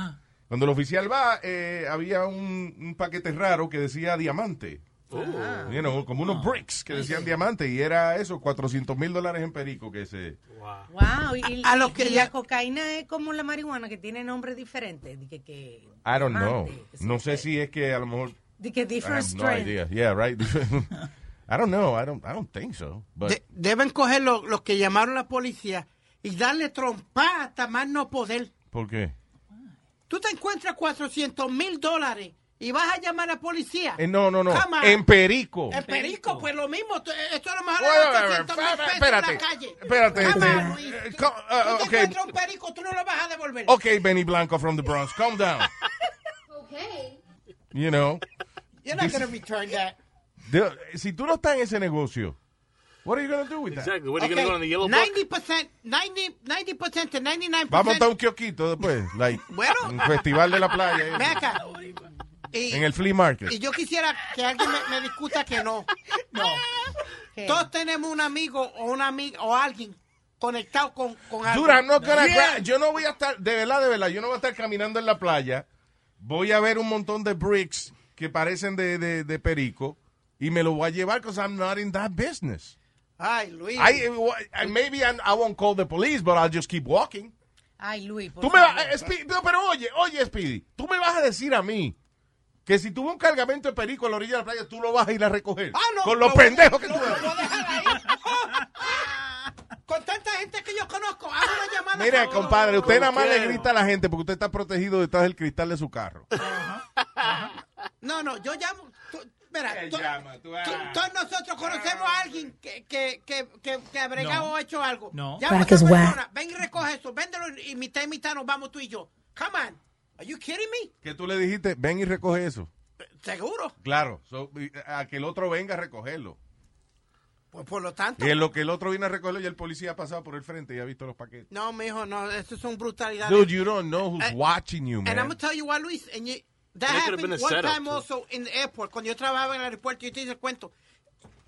Speaker 5: Cuando el oficial va, eh, había un, un paquete raro que decía diamante. You know, como unos bricks que decían diamante y era eso, 400 mil dólares en perico que se...
Speaker 7: Wow, y,
Speaker 6: A los
Speaker 7: y
Speaker 6: que
Speaker 7: la cocaína es como la marihuana, que tiene nombres diferentes. di que- que-
Speaker 5: I don't know. No sé si es que a lo mejor...
Speaker 7: di que different
Speaker 5: I have
Speaker 7: strain.
Speaker 5: No idea. Yeah, right. I don't know. I don't. I don't think so. But
Speaker 6: De- deben coger lo- los que llamaron a la policía y darle trompa hasta más no poder.
Speaker 5: ¿por qué?
Speaker 6: Tú te encuentras 400 mil dólares y vas a llamar a la policía.
Speaker 5: Eh, no, no, no.
Speaker 6: Come on.
Speaker 5: En Perico.
Speaker 6: En perico, pues lo mismo. tú- eh, Esto a lo mejor
Speaker 5: Wait, wait,
Speaker 6: es 800
Speaker 5: wait,
Speaker 6: mil pesos
Speaker 5: espérate,
Speaker 6: en la calle.
Speaker 5: espérate,
Speaker 6: Come on,
Speaker 5: este,
Speaker 6: Luis.
Speaker 5: eh,
Speaker 6: Tú-
Speaker 5: co- ah,
Speaker 6: tú te
Speaker 5: okay.
Speaker 6: encuentras un perico, tú no lo vas a devolver.
Speaker 5: Okay, Benny Blanco from the Bronx, calm down.
Speaker 6: Okay.
Speaker 5: You know.
Speaker 6: You're not
Speaker 5: This-
Speaker 6: gonna return that.
Speaker 5: De- si tú no estás en ese negocio, what are you gonna do with that?
Speaker 15: Exactly. What are you going to go on the yellow book?
Speaker 6: 90%, 90, 90% to 99%.
Speaker 5: Vamos a montar un kiosquito después, like
Speaker 6: Bueno.
Speaker 5: un festival de la playa,
Speaker 6: Ve
Speaker 5: eh,
Speaker 6: acá. Y-
Speaker 5: en el flea market.
Speaker 6: Y yo quisiera que alguien me, me discuta que no. No. Todos tenemos un amigo o una amiga o alguien conectado con, con algo.
Speaker 5: Dude, I'm not gonna
Speaker 6: Yeah.
Speaker 5: gra- yo no voy a estar, de verdad, de verdad, yo no voy a estar caminando en la playa. Voy a ver un montón de bricks que parecen de, de, de perico y me lo voy a llevar because I'm not in that business.
Speaker 6: Ay, Luis.
Speaker 5: I, I- maybe I'm- I won't call the police, but I'll just keep walking.
Speaker 7: Ay, Luis, por
Speaker 5: Tú me vas,
Speaker 7: favor.
Speaker 5: eh, Speedy, no, pero oye, oye, Speedy, tú me vas a decir a mí que si tuvo un cargamento de perico en la orilla de la playa, tú lo vas a ir a recoger.
Speaker 6: Ah, no,
Speaker 5: con los
Speaker 6: lo voy a-
Speaker 5: pendejos que
Speaker 6: lo-
Speaker 5: tú
Speaker 6: lo
Speaker 5: eres.
Speaker 6: voy a dejar ahí. Oh. Con tanta gente que yo conozco, hago una llamada.
Speaker 5: Mira, compadre, usted nada más le
Speaker 6: Quiero.
Speaker 5: grita a la gente porque usted está protegido detrás del cristal de su carro.
Speaker 6: No, no, yo llamo. tú- mira,
Speaker 5: Él
Speaker 6: tú-
Speaker 5: llama, tú, ah.
Speaker 6: tú- todos nosotros conocemos a alguien que, que, que, que, que ha bregado
Speaker 11: No.
Speaker 6: o ha hecho algo.
Speaker 11: No.
Speaker 6: Llama a
Speaker 11: Crack is
Speaker 6: esa
Speaker 11: whack.
Speaker 6: persona, ven y recoge eso, véndelo y mitad y mitad nos vamos tú y yo. Come on, are you kidding me?
Speaker 5: Que tú le dijiste, ven y recoge eso.
Speaker 6: Seguro.
Speaker 5: Claro, so, y- a que el otro venga a recogerlo.
Speaker 6: Pues por lo tanto.
Speaker 5: Y en lo que el otro viene a recogerlo, y el policía ha pasado por el frente y ha visto los paquetes.
Speaker 6: No, mijo, no, eso son brutalidades.
Speaker 5: Dude, you don't know who's
Speaker 6: Eh,
Speaker 5: watching you,
Speaker 6: And I'm gonna
Speaker 5: man.
Speaker 6: tell you what, Luis, and you, that
Speaker 5: That could've
Speaker 6: happened
Speaker 5: been a
Speaker 6: one
Speaker 5: setup,
Speaker 6: time
Speaker 5: too.
Speaker 6: also in the airport. Cuando yo trabajaba en el aeropuerto, yo te hice el cuento.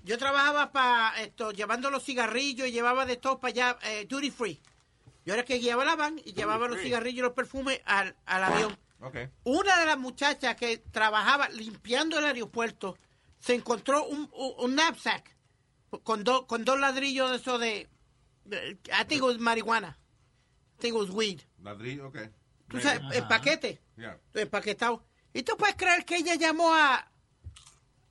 Speaker 6: Yo trabajaba para esto, llevando los cigarrillos y llevaba de todo para allá, eh, duty free. Yo era el que guiaba la van y llevaba los cigarrillos y los perfumes al, al avión.
Speaker 5: Okay.
Speaker 6: Una de las muchachas que trabajaba limpiando el aeropuerto se encontró un, un, un knapsack con, dos con dos ladrillos de eso de, de- I think it was marihuana. I think it was weed.
Speaker 5: Ladrillo, ok.
Speaker 6: Tú sabes, el paquete
Speaker 5: Yeah.
Speaker 6: empaquetado. ¿Y tú puedes creer que ella llamó a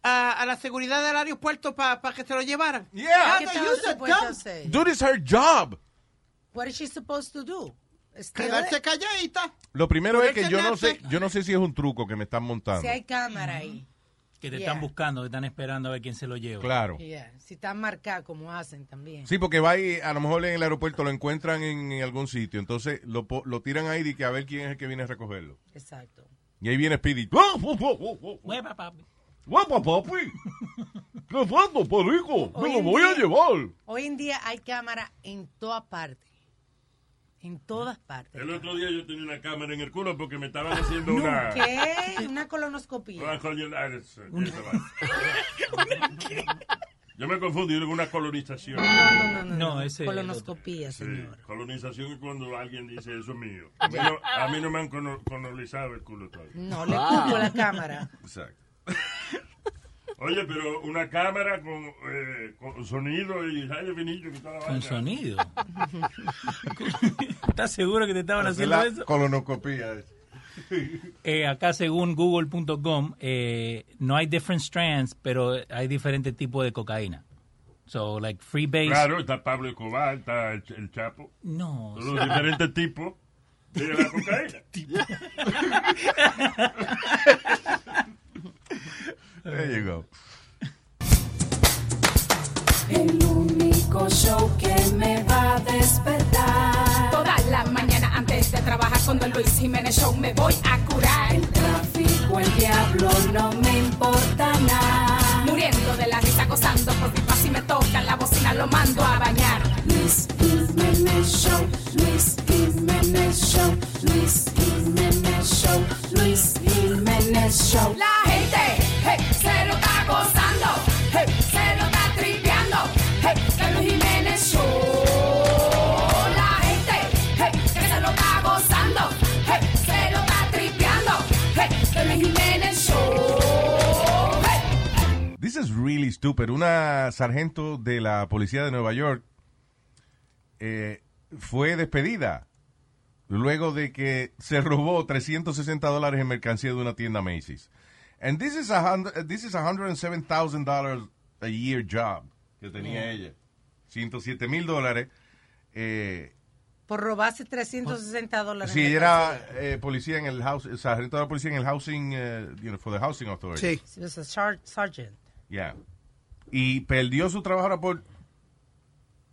Speaker 6: a, a la seguridad del aeropuerto para que se lo llevaran?
Speaker 5: Yeah.
Speaker 6: How
Speaker 7: ¿Qué
Speaker 6: the
Speaker 7: estaba
Speaker 6: use of
Speaker 7: supuesto
Speaker 6: dumb-
Speaker 7: hacer?
Speaker 5: Dude, it's her job.
Speaker 7: What is she supposed to do? Steal
Speaker 6: Quedarse
Speaker 7: it?
Speaker 6: calladita.
Speaker 5: Lo primero es que yo no sé,
Speaker 6: Ponerse
Speaker 5: yo no sé si es un truco que me están montando.
Speaker 7: Si hay cámara ahí.
Speaker 5: Mm-hmm.
Speaker 11: Que te
Speaker 7: Yeah.
Speaker 11: están buscando, te están esperando a ver quién se lo lleva.
Speaker 5: Claro.
Speaker 7: Yeah, Si está marcada, como hacen también.
Speaker 5: Sí, porque va y a lo mejor en el aeropuerto lo encuentran en, en algún sitio, entonces lo, po- lo tiran ahí y que a ver quién es el que viene a recogerlo.
Speaker 7: Exacto.
Speaker 5: Y ahí viene Speedy. ¡Ah, fu, fu, fu, fu!
Speaker 11: Hueva, papi.
Speaker 5: ¡Guapa, papi! ¿Qué falta, perico? ¡Me lo voy a llevar!
Speaker 7: Hoy en día hay cámara en todas partes. En
Speaker 5: Mm.
Speaker 7: todas partes.
Speaker 8: El otro día yo tenía una cámara en el culo porque me estaban
Speaker 6: Ah,
Speaker 8: haciendo una...
Speaker 7: ¿Qué? Una colonoscopía.
Speaker 8: una colon- ah, eso, esa vaina. Yo me confundí con una colonización.
Speaker 7: No, no,
Speaker 11: No,
Speaker 7: no.
Speaker 11: ese es el
Speaker 7: Colonoscopía,
Speaker 8: Sí,
Speaker 7: señor.
Speaker 8: colonización es cuando alguien dice eso es mío. A mí no, a mí no me han cono- colonizado el culo todavía.
Speaker 7: No, le cupo la cámara.
Speaker 5: Exacto.
Speaker 8: Oye, pero una cámara con, eh, con sonido y high definition que está la
Speaker 11: Con
Speaker 8: vaina.
Speaker 11: sonido. ¿Estás seguro que te estaban
Speaker 5: Hacer
Speaker 11: haciendo
Speaker 5: la
Speaker 11: eso?
Speaker 5: colonoscopía.
Speaker 11: Eh, acá según google.com eh, no hay different strands, pero hay diferentes tipos de cocaína. So like freebase.
Speaker 8: Claro, está Pablo Escobar, está el, el Chapo.
Speaker 11: No,
Speaker 8: Son
Speaker 11: o
Speaker 8: los
Speaker 11: sea-
Speaker 8: diferentes tipos de la cocaína.
Speaker 5: There you go.
Speaker 12: El único show que me va a despertar. Toda la mañana antes de trabajar con Don Luis Jiménez Show me voy a curar. El tráfico, el diablo, no me importa nada. Muriendo de la risa, gozando por mi paz y me tocan la bocina, lo mando a bañar. Luis Jiménez Show, Luis Jiménez Show, Luis Jiménez Show, Luis Jiménez Show. La gente hey, se lo está gozando, hey, se lo está tripeando. Hey, que Luis Jiménez
Speaker 5: stupid. Una sargento de la policía de Nueva York eh, fue despedida luego de que se robó 360 dólares en mercancía de una tienda Macy's. And this is a hundred, this is a $107,000 a year job que tenía
Speaker 11: Mm.
Speaker 5: ella. 107 mil dólares. Eh,
Speaker 7: Por robarse 360 dólares.
Speaker 5: Sí, ella era eh, policía en el house, sargento de la policía en el housing, eh, you know, for the housing authority.
Speaker 7: She was a sar- sergeant.
Speaker 5: Yeah. Y perdió su trabajo ahora por,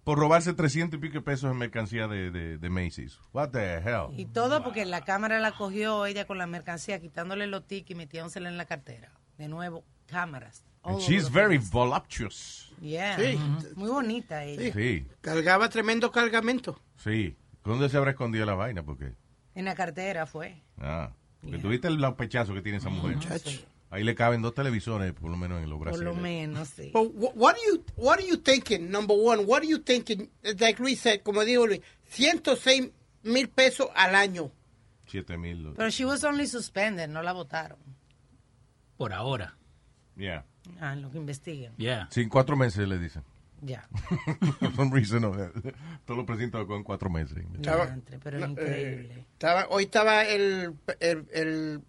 Speaker 5: por robarse 300 y pico de pesos en mercancía de, de, de Macy's. What the
Speaker 7: Y
Speaker 5: hell?
Speaker 7: todo porque la cámara la cogió ella con la mercancía, quitándole los tickets y metiéndosela en la cartera. De nuevo, cámaras.
Speaker 5: And
Speaker 7: All
Speaker 5: she's
Speaker 7: over
Speaker 5: very voluptuous.
Speaker 7: the- Yeah.
Speaker 6: Sí.
Speaker 7: Muy bonita ella.
Speaker 5: Sí,
Speaker 6: Cargaba tremendo cargamento.
Speaker 5: sí. ¿Dónde se habrá escondido la vaina? Porque,
Speaker 7: En la cartera fue.
Speaker 5: ah, porque tuviste el pechazo que tiene esa mujer.
Speaker 6: Muchacho.
Speaker 5: Ahí le caben dos televisores, por lo menos en los brazos.
Speaker 7: Por lo menos, sí.
Speaker 6: But wh- what are you what are you thinking? Number one, what are you thinking? Like Luis said, como digo Luis, 106 mil pesos al año.
Speaker 5: 7 mil.
Speaker 7: Pero she was only suspended, no la votaron.
Speaker 11: Por ahora.
Speaker 5: Yeah.
Speaker 7: Ah, lo que investiguen.
Speaker 11: Yeah.
Speaker 5: Sí, en cuatro meses le dicen.
Speaker 7: Ya.
Speaker 5: Por some reason, no. Todo lo presento con cuatro meses.
Speaker 7: pero es
Speaker 6: eh,
Speaker 7: increíble.
Speaker 6: estaba- hoy estaba el, el, el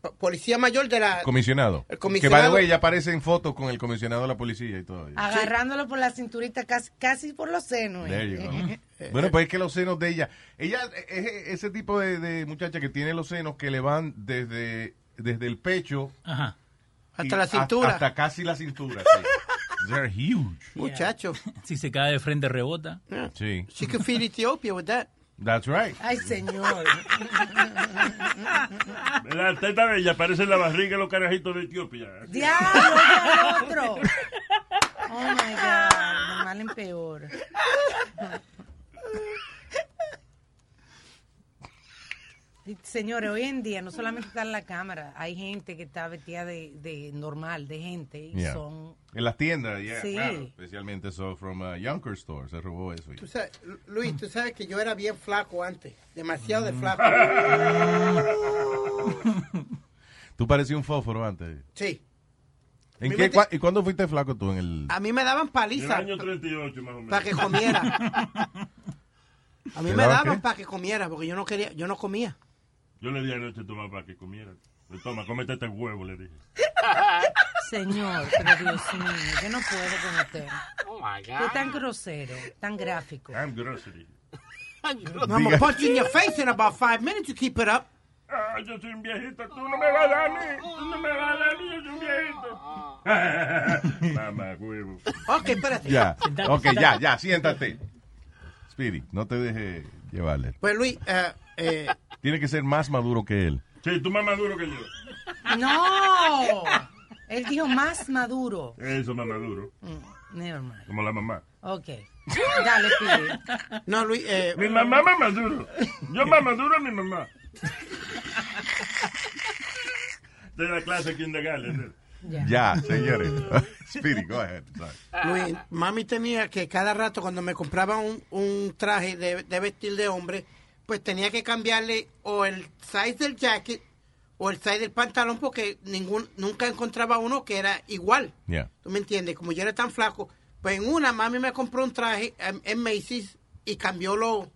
Speaker 6: po- policía mayor de la...
Speaker 5: Comisionado.
Speaker 6: Ah, El
Speaker 5: Que, by the
Speaker 6: comisionado.
Speaker 5: way, ya aparece en fotos con el comisionado de la policía y todo.
Speaker 7: Agarrándolo por la cinturita, casi, casi por los senos.
Speaker 5: There you
Speaker 7: eh.
Speaker 5: go. Bueno, pues es que los senos de ella, ella es ese tipo de, de muchacha que tiene los senos que le van desde, desde el pecho
Speaker 11: Ajá.
Speaker 5: y
Speaker 11: Hasta la cintura.
Speaker 5: Hasta, casi la cintura. sí. They're huge.
Speaker 6: Muchacho.
Speaker 11: Si se cae de frente, rebota.
Speaker 5: Sí.
Speaker 6: She could feed Ethiopia with that.
Speaker 5: That's right.
Speaker 7: Ay, señor.
Speaker 8: La teta bella aparece en la barriga de los carajitos de Etiopía. ¿eh?
Speaker 7: ¡Diablo! ya el otro! Oh my God. De mal en peor. Y, Señores, hoy en día no solamente está en la cámara, hay gente que está vestida de, de normal, de gente, y
Speaker 5: Yeah.
Speaker 7: son.
Speaker 5: En las tiendas, yeah,
Speaker 7: Sí.
Speaker 5: claro. Especialmente so from a Yonker store, se robó eso.
Speaker 6: Tú sabes, Luis, tú sabes que yo era bien flaco antes. Demasiado de flaco.
Speaker 5: Tú parecías un fósforo antes.
Speaker 6: Sí.
Speaker 5: ¿En
Speaker 6: Mi
Speaker 5: qué,
Speaker 6: mente-
Speaker 5: cua- ¿Y cuándo fuiste flaco tú? En el...
Speaker 6: A mí me daban
Speaker 8: En el
Speaker 6: paliza
Speaker 8: año 38, más o menos.
Speaker 6: para que comiera. A mí
Speaker 5: ¿Te
Speaker 6: me
Speaker 5: daban
Speaker 6: daban
Speaker 5: qué?
Speaker 6: para que comiera porque yo no quería, yo no comía.
Speaker 8: Yo le di anoche a tu mamá para que comiera. Le toma, comete este huevo, le dije.
Speaker 7: Señor, pero Dios mío, yo no puedo con usted.
Speaker 15: Oh my
Speaker 7: Usted es
Speaker 15: God.
Speaker 7: tan grosero, tan gráfico.
Speaker 8: I'm grocery.
Speaker 6: No, I'm gonna punch you in your face in about five minutes. You keep it up.
Speaker 8: Ah, yo soy un viejito, tú no me vas a dar a mí. Tú no me vas a dar a mí, yo soy un viejito. Mamá, huevo.
Speaker 6: Ok, espérate.
Speaker 5: Ya, ok, ya, ya, siéntate. Speedy, no te dejes llevarle.
Speaker 6: Pues Luis, eh, eh,
Speaker 5: Tiene que ser más maduro que él.
Speaker 8: Sí, tú más maduro que yo.
Speaker 7: ¡No! Él dijo más maduro. Mm,
Speaker 8: Eso, más maduro.
Speaker 7: Never mind.
Speaker 8: Como la mamá.
Speaker 7: Ok. Dale, pide.
Speaker 6: No, Luis. eh,
Speaker 8: mi mamá más maduro. Yo más maduro a mi mamá. De la clase kindergarten.
Speaker 5: Ya, señores. Speedy, go ahead. Sorry.
Speaker 6: Luis, mami tenía que cada rato cuando me compraba un, un traje de, de vestir de hombre, pues tenía que cambiarle o el size del jacket o el size del pantalón porque ningún nunca encontraba uno que era igual.
Speaker 5: Yeah.
Speaker 6: ¿Tú me entiendes? Como yo era tan flaco, pues en una mami me compró un traje em, en, Macy's y cambió lo-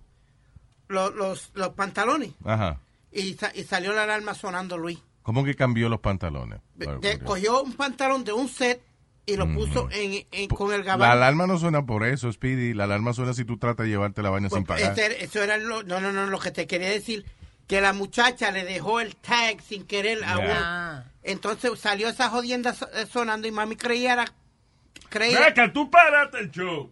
Speaker 6: lo- los, los pantalones
Speaker 5: Ajá.
Speaker 6: y, sa- y salió la alarma sonando, Luis.
Speaker 5: ¿Cómo que cambió los pantalones?
Speaker 6: De- cogió un pantalón de un set y lo puso en, en- con el
Speaker 5: La
Speaker 6: gabán.
Speaker 5: alarma no suena por eso, Speedy. La alarma suena si tú tratas de llevarte la vaina
Speaker 6: Pues,
Speaker 5: sin pagar.
Speaker 6: Ese era- eso era lo, no, no, no, lo que te quería decir, que la muchacha le dejó el tag sin querer a
Speaker 5: Ya.
Speaker 6: uno.
Speaker 7: Ah.
Speaker 6: Entonces salió esa jodienda so- eh, sonando y mami creía era- creía
Speaker 8: Vaca, tú paraste el show.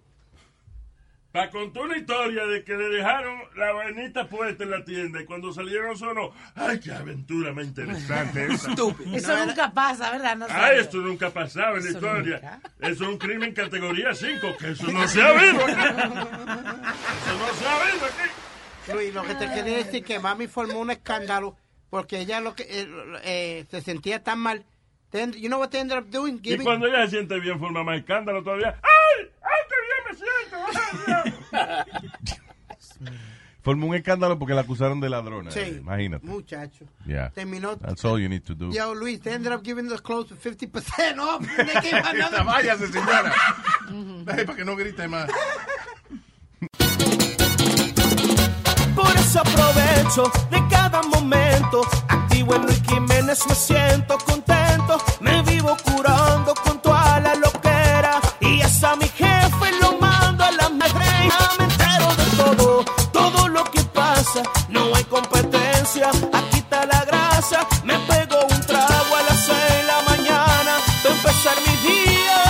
Speaker 8: Para contar una historia de que le dejaron la vainita puesta en la tienda y cuando salieron sonó, ¡ay, qué aventura más interesante esa!
Speaker 7: Eso nunca pasa, ¿verdad? No
Speaker 8: Ah,
Speaker 7: sé.
Speaker 8: esto nunca pasaba en la
Speaker 7: Eso
Speaker 8: historia.
Speaker 7: nunca.
Speaker 8: Eso es un crimen categoría 5, que eso no se ha visto aquí. Eso no se ha visto aquí.
Speaker 6: Luis, lo que te quería decir que mami formó un escándalo porque ella lo que eh, lo- eh, se sentía tan mal. Then, you know what they ended up doing?
Speaker 8: Y
Speaker 6: Giving-
Speaker 8: cuando ella se siente bien, forma más escándalo todavía. ¡Ay! ¡Ay, qué bien me siento! ¡Ay, Dios!
Speaker 5: Fue
Speaker 16: formó un escándalo porque la acusaron de ladrona. eh, Imagínate.
Speaker 6: Muchacho.
Speaker 16: Yeah.
Speaker 6: Terminó.
Speaker 16: That's all you need to do.
Speaker 6: Yo, Luis, they ended up giving those clothes for 50% off. and they gave another-
Speaker 5: Váyase, señora. Ay, para que no grite más.
Speaker 17: Por eso aprovecho de cada momento. Activo en Luis Jiménez, me siento contento. Me vivo curando con toda la loquera. Y hasta mi jefe lo mando a la madre. Ya me entero de todo, todo lo que pasa. No hay competencia, aquí está la grasa. Me pego un trago a las seis de la mañana. Para empezar mi día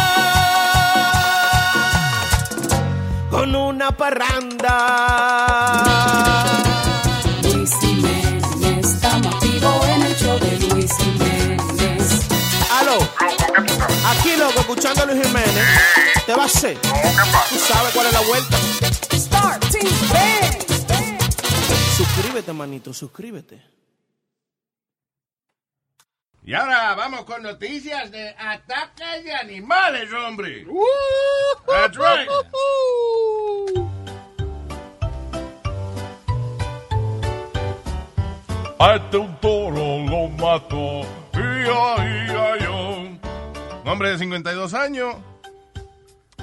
Speaker 17: con una parranda.
Speaker 18: Luis Jiménez, estamos activos en el show de Luis Jiménez.
Speaker 17: Aló, aquí loco, escuchando a Luis Jiménez. ¿Te va a hacer? Tú sabes cuál es la vuelta. Suscríbete, manito, suscríbete.
Speaker 5: Y ahora vamos con noticias de ataques de animales, hombre.
Speaker 8: ¡Uh!
Speaker 5: That's right.
Speaker 8: Hasta un toro este lo mató.
Speaker 5: Un hombre de 52 años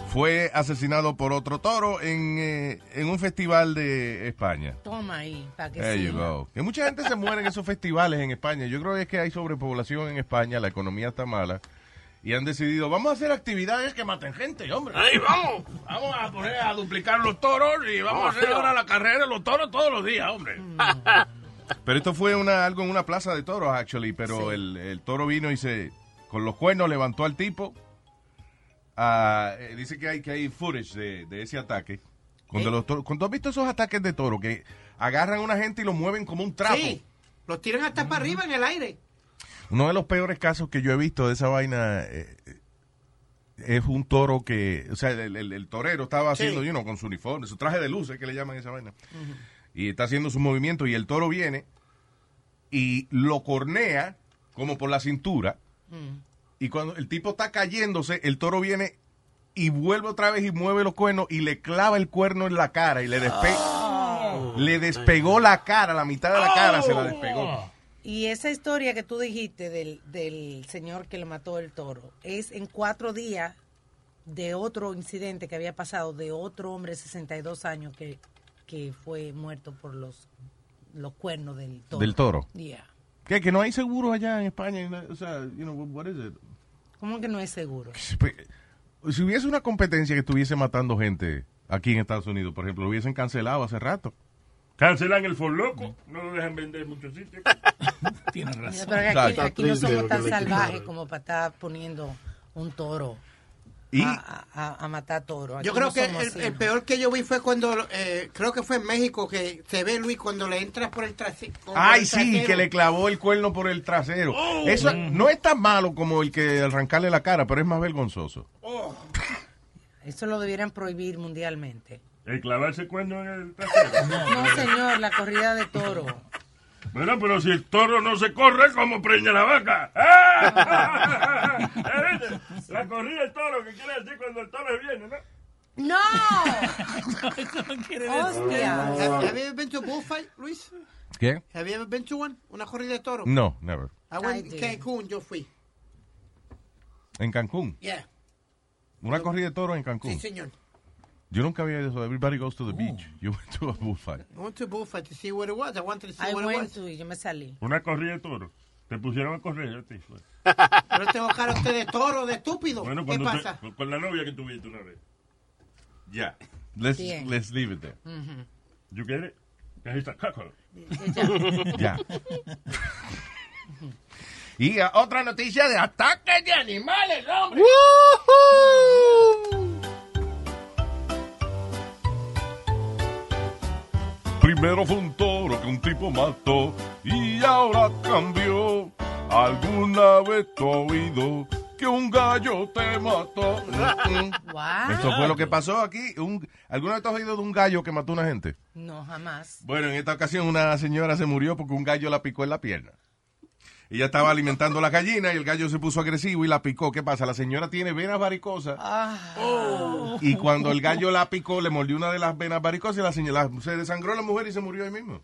Speaker 5: fue asesinado por otro toro en, eh, en un festival de España.
Speaker 7: Toma ahí, para que
Speaker 5: There you
Speaker 7: siga.
Speaker 5: go. Que mucha gente se muere en esos festivales en España. Yo creo que es que hay sobrepoblación en España, la economía está mala. Y han decidido, vamos a hacer actividades que maten gente, hombre.
Speaker 8: Ahí vamos. Vamos a poner a duplicar los toros y vamos a hacer ahora la carrera de los toros todos los días, hombre.
Speaker 5: Pero esto fue una, algo en una plaza de toros, actually. Pero el, el toro vino y se, con los cuernos levantó al tipo. Ah, eh, dice que hay, que hay footage de, de ese ataque. Cuando, los toros- cuando has visto esos ataques de toro que agarran a una gente y lo mueven como un trapo.
Speaker 6: Sí, los tiran hasta para arriba en el aire.
Speaker 5: Uno de los peores casos que yo he visto de esa vaina eh, eh, es un toro que, o sea, el, el- el torero estaba
Speaker 16: Sí.
Speaker 5: haciendo, you know, con su uniforme, su traje de luces que le llaman esa vaina, y está haciendo su movimiento y el toro viene y lo cornea como por la cintura y cuando el tipo está cayéndose, el toro viene y vuelve otra vez y mueve los cuernos y le clava el cuerno en la cara y le despe- le despegó la cara, la mitad de la cara se la despegó.
Speaker 7: Y esa historia que tú dijiste del, del señor que le mató el toro es en cuatro días de otro incidente que había pasado de otro hombre de 62 años que, que fue muerto por los, los cuernos del toro.
Speaker 5: Del toro.
Speaker 7: Yeah.
Speaker 5: ¿Qué? ¿Que no hay seguro allá en España? y no- O sea, you know, what is it? Pues,
Speaker 7: ¿Cómo que no es seguro?
Speaker 5: Si hubiese una competencia que estuviese matando gente aquí en Estados Unidos, por ejemplo, lo hubiesen cancelado hace rato.
Speaker 8: Cancelan el forloco. No lo dejan vender en muchos sitios.
Speaker 19: Tienes
Speaker 7: Mira, pero que aquí, aquí no somos tan salvajes como para estar poniendo un toro
Speaker 5: Y-
Speaker 6: Ah,
Speaker 7: a, a- a matar toro. Aquí
Speaker 6: Yo creo
Speaker 7: no
Speaker 6: que
Speaker 7: somos
Speaker 6: el,
Speaker 7: así,
Speaker 6: el
Speaker 7: ¿no?
Speaker 6: peor que yo vi fue cuando, eh, creo que fue en México, que se ve Luis cuando le entras por el trasero.
Speaker 5: Ay, sí, que le clavó el cuerno por el trasero.
Speaker 6: Oh.
Speaker 5: Eso no es tan malo como el que arrancarle la cara, pero es más vergonzoso.
Speaker 7: Eso lo debieran prohibir mundialmente.
Speaker 8: El clavarse cuerno en el trasero.
Speaker 7: No, señor, la corrida de toro.
Speaker 8: Bueno, pero si el toro no se corre, ¿cómo preña la vaca? ¡Ah! la corrida del toro, que quiere decir cuando el toro viene, ¿no?
Speaker 7: ¡No!
Speaker 6: Eso no quiere
Speaker 8: decir. Hostia.
Speaker 6: Have, have you ever been to a bullfight, Luis?
Speaker 5: ¿Qué?
Speaker 6: Have you ever been to one? ¿Una corrida de toro?
Speaker 5: No, never.
Speaker 6: I went to Cancún, yo fui.
Speaker 5: En Cancún.
Speaker 6: Yeah.
Speaker 5: Una corrida de toros en Cancún.
Speaker 6: Sí, señor.
Speaker 5: Yo nunca había ido. Everybody goes to the beach. You went to a bullfight.
Speaker 6: I went to a bullfight to see what it was. I wanted to see
Speaker 7: I
Speaker 6: what it
Speaker 7: went
Speaker 6: was.
Speaker 7: to, y yo me salí.
Speaker 8: Una corrida de toro. Te pusieron a correr a ti. fue.
Speaker 6: Pero tengo cara a usted de toro, de estúpido.
Speaker 8: Bueno,
Speaker 6: ¿Qué
Speaker 8: cuando te-
Speaker 6: pasa?
Speaker 8: con- con la novia que tuviste una vez.
Speaker 5: Ya. Let's,
Speaker 6: Bien.
Speaker 5: let's leave it there.
Speaker 8: You get it? Que ahí está caco.
Speaker 5: Ya. Y ah, otra noticia de ataques de animales, hombre.
Speaker 14: Primero fue un toro que un tipo mató y ahora cambió. ¿Alguna vez tú has oído que un gallo te mató?
Speaker 5: Eso fue lo que pasó aquí. Un, ¿Alguna vez te has oído de un gallo que mató a una gente?
Speaker 7: No, jamás.
Speaker 5: Bueno, en esta ocasión una señora se murió porque un gallo la picó en la pierna. Ella estaba alimentando la gallina y el gallo se puso agresivo y la picó. ¿Qué pasa? La señora tiene venas varicosas. Y cuando el gallo la picó, le mordió una de las venas varicosas y la señora se desangró la mujer y se murió ahí mismo.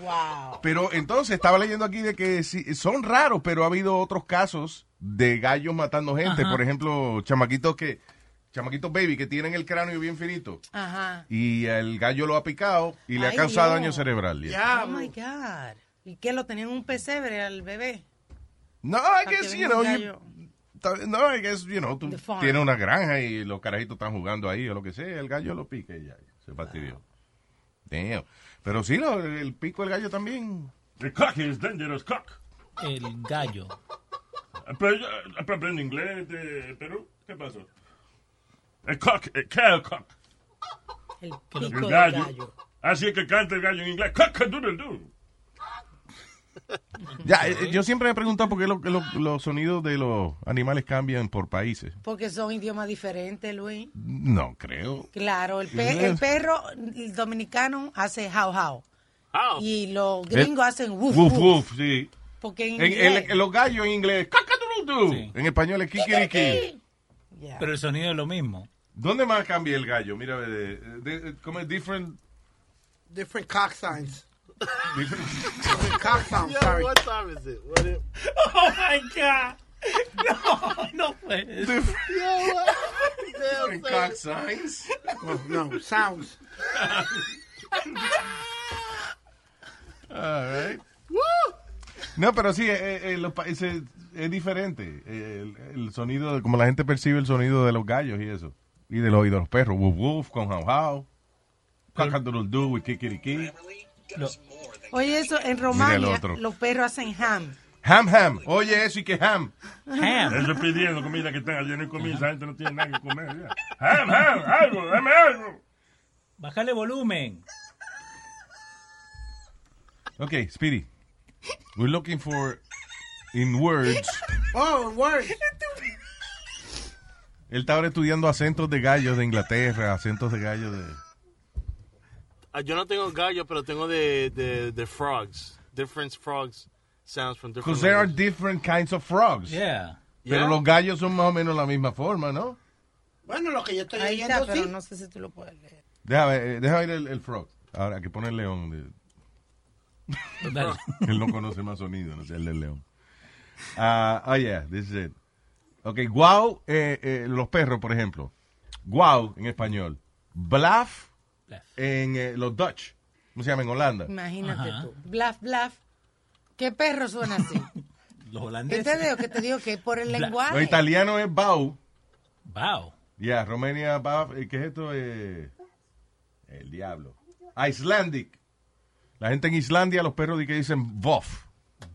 Speaker 7: Wow.
Speaker 5: Pero entonces estaba leyendo aquí de que sí, son raros, pero ha habido otros casos de gallos matando gente.
Speaker 7: Ajá.
Speaker 5: Por ejemplo, chamaquitos que, chamaquitos baby que tienen el cráneo bien finito.
Speaker 7: Ajá.
Speaker 5: Y el gallo lo ha picado y le
Speaker 7: Ay,
Speaker 5: ha causado
Speaker 7: Dios.
Speaker 5: daño cerebral. yeah.
Speaker 7: Oh my God. ¿Y qué lo tenían en un pesebre al bebé?
Speaker 5: No, I
Speaker 7: Para Ah, que
Speaker 5: guess,
Speaker 7: venga
Speaker 5: you
Speaker 7: un
Speaker 5: know,
Speaker 7: gallo.
Speaker 5: you- ta- no, I guess, you know, tú
Speaker 7: The farm.
Speaker 5: tienes una granja y los carajitos están jugando ahí o lo que sea, el gallo lo pica y ya, se fastidió. Damn. Pero sí, lo- el pico del gallo también.
Speaker 8: The cock is dangerous cock.
Speaker 11: El gallo.
Speaker 8: Pero yo pero aprendo inglés de Perú. ¿Qué pasó? El cock, el cow cock.
Speaker 7: El
Speaker 8: El
Speaker 7: pico del
Speaker 8: gallo.
Speaker 7: gallo.
Speaker 8: Así es que canta el gallo en inglés. Cock-a-doodle-doo.
Speaker 5: Ya, eh, yo siempre me he preguntado por qué lo- lo- los sonidos de los animales cambian por países.
Speaker 7: Porque son idiomas diferentes, Luis.
Speaker 5: No creo.
Speaker 7: Claro, el, pe-
Speaker 5: Sí.
Speaker 7: el perro el dominicano hace how how. Y los
Speaker 5: El-
Speaker 7: gringos hacen woof
Speaker 5: Eh, Woof,
Speaker 7: woof.
Speaker 5: woof, sí.
Speaker 7: Porque en
Speaker 5: En- en-
Speaker 7: inglés-
Speaker 5: en los gallos en inglés, cock-a-doodle-doo. En español es kikiriki.
Speaker 11: Pero el sonido es lo mismo.
Speaker 5: ¿Dónde más cambia el gallo? Mira, de, de- de- ¿cómo es? Different.
Speaker 6: Different cock signs.
Speaker 5: different-
Speaker 6: Different cock sounds, sorry.
Speaker 15: what time is it? What it?
Speaker 11: Oh my God. No, no puedes.
Speaker 15: Yo, what? Damn,
Speaker 5: cock
Speaker 15: son.
Speaker 5: signs.
Speaker 6: Well, Oh, no, sounds.
Speaker 5: All right. No, pero sí, eh, eh, en los países es diferente. eh, El, el sonido, de- como la gente percibe el sonido de los gallos y eso. Y de los, y de los perros. Woof woof, con how how. Cock-a-doodle-doo with kikiriki.
Speaker 7: Oye, eso en
Speaker 5: Mira el
Speaker 7: Romania
Speaker 5: otro.
Speaker 7: los perros hacen ham.
Speaker 5: Ham ham. Oye, eso y que ham.
Speaker 8: Eso es pidiendo comida que están allí no hay comida, esa gente no tiene nada que comer. ya. Ham, ham, algo, dame algo.
Speaker 11: Bájale volumen.
Speaker 5: Okay, Speedy. We're looking for, in words,
Speaker 6: Oh, word.
Speaker 5: él está ahora estudiando acentos de gallos de Inglaterra, acentos de gallos de...
Speaker 15: Ah, Yo no tengo gallo, pero tengo de, de, de frogs. Different frogs sounds from different.
Speaker 5: Because there are
Speaker 15: languages.
Speaker 5: different kinds of frogs.
Speaker 15: Yeah.
Speaker 5: Pero
Speaker 15: Yeah.
Speaker 5: los gallos son más o menos la misma forma, ¿no?
Speaker 6: Bueno, lo que yo estoy
Speaker 7: Ahí
Speaker 6: leyendo,
Speaker 7: está, pero
Speaker 6: sí.
Speaker 7: no sé si tú lo puedes leer.
Speaker 5: Déjame, eh, déjame ir el, el frog. Ahora que pone el león. de-
Speaker 11: Dale.
Speaker 5: Él no conoce más sonido, no sé, el del león. Ah, oh, yeah, this is it. Ok, guau, eh, eh, los perros, por ejemplo. Guau en español. Blaf en eh, los Dutch. ¿Cómo se llama? En Holanda.
Speaker 7: Imagínate
Speaker 5: Ajá.
Speaker 7: tú. Blaf, blaf. ¿Qué perro suena así?
Speaker 11: Los
Speaker 7: ¿Qué
Speaker 11: holandeses.
Speaker 7: te digo? ¿Qué te digo? Que por el
Speaker 11: Blaf.
Speaker 5: Los
Speaker 7: lenguaje.
Speaker 5: italianos es bau.
Speaker 11: Wow.
Speaker 5: Ya, Romania, Baf, eh, ¿qué es esto? Eh, el diablo. Icelandic. La gente en Islandia, los perros di que dicen vof,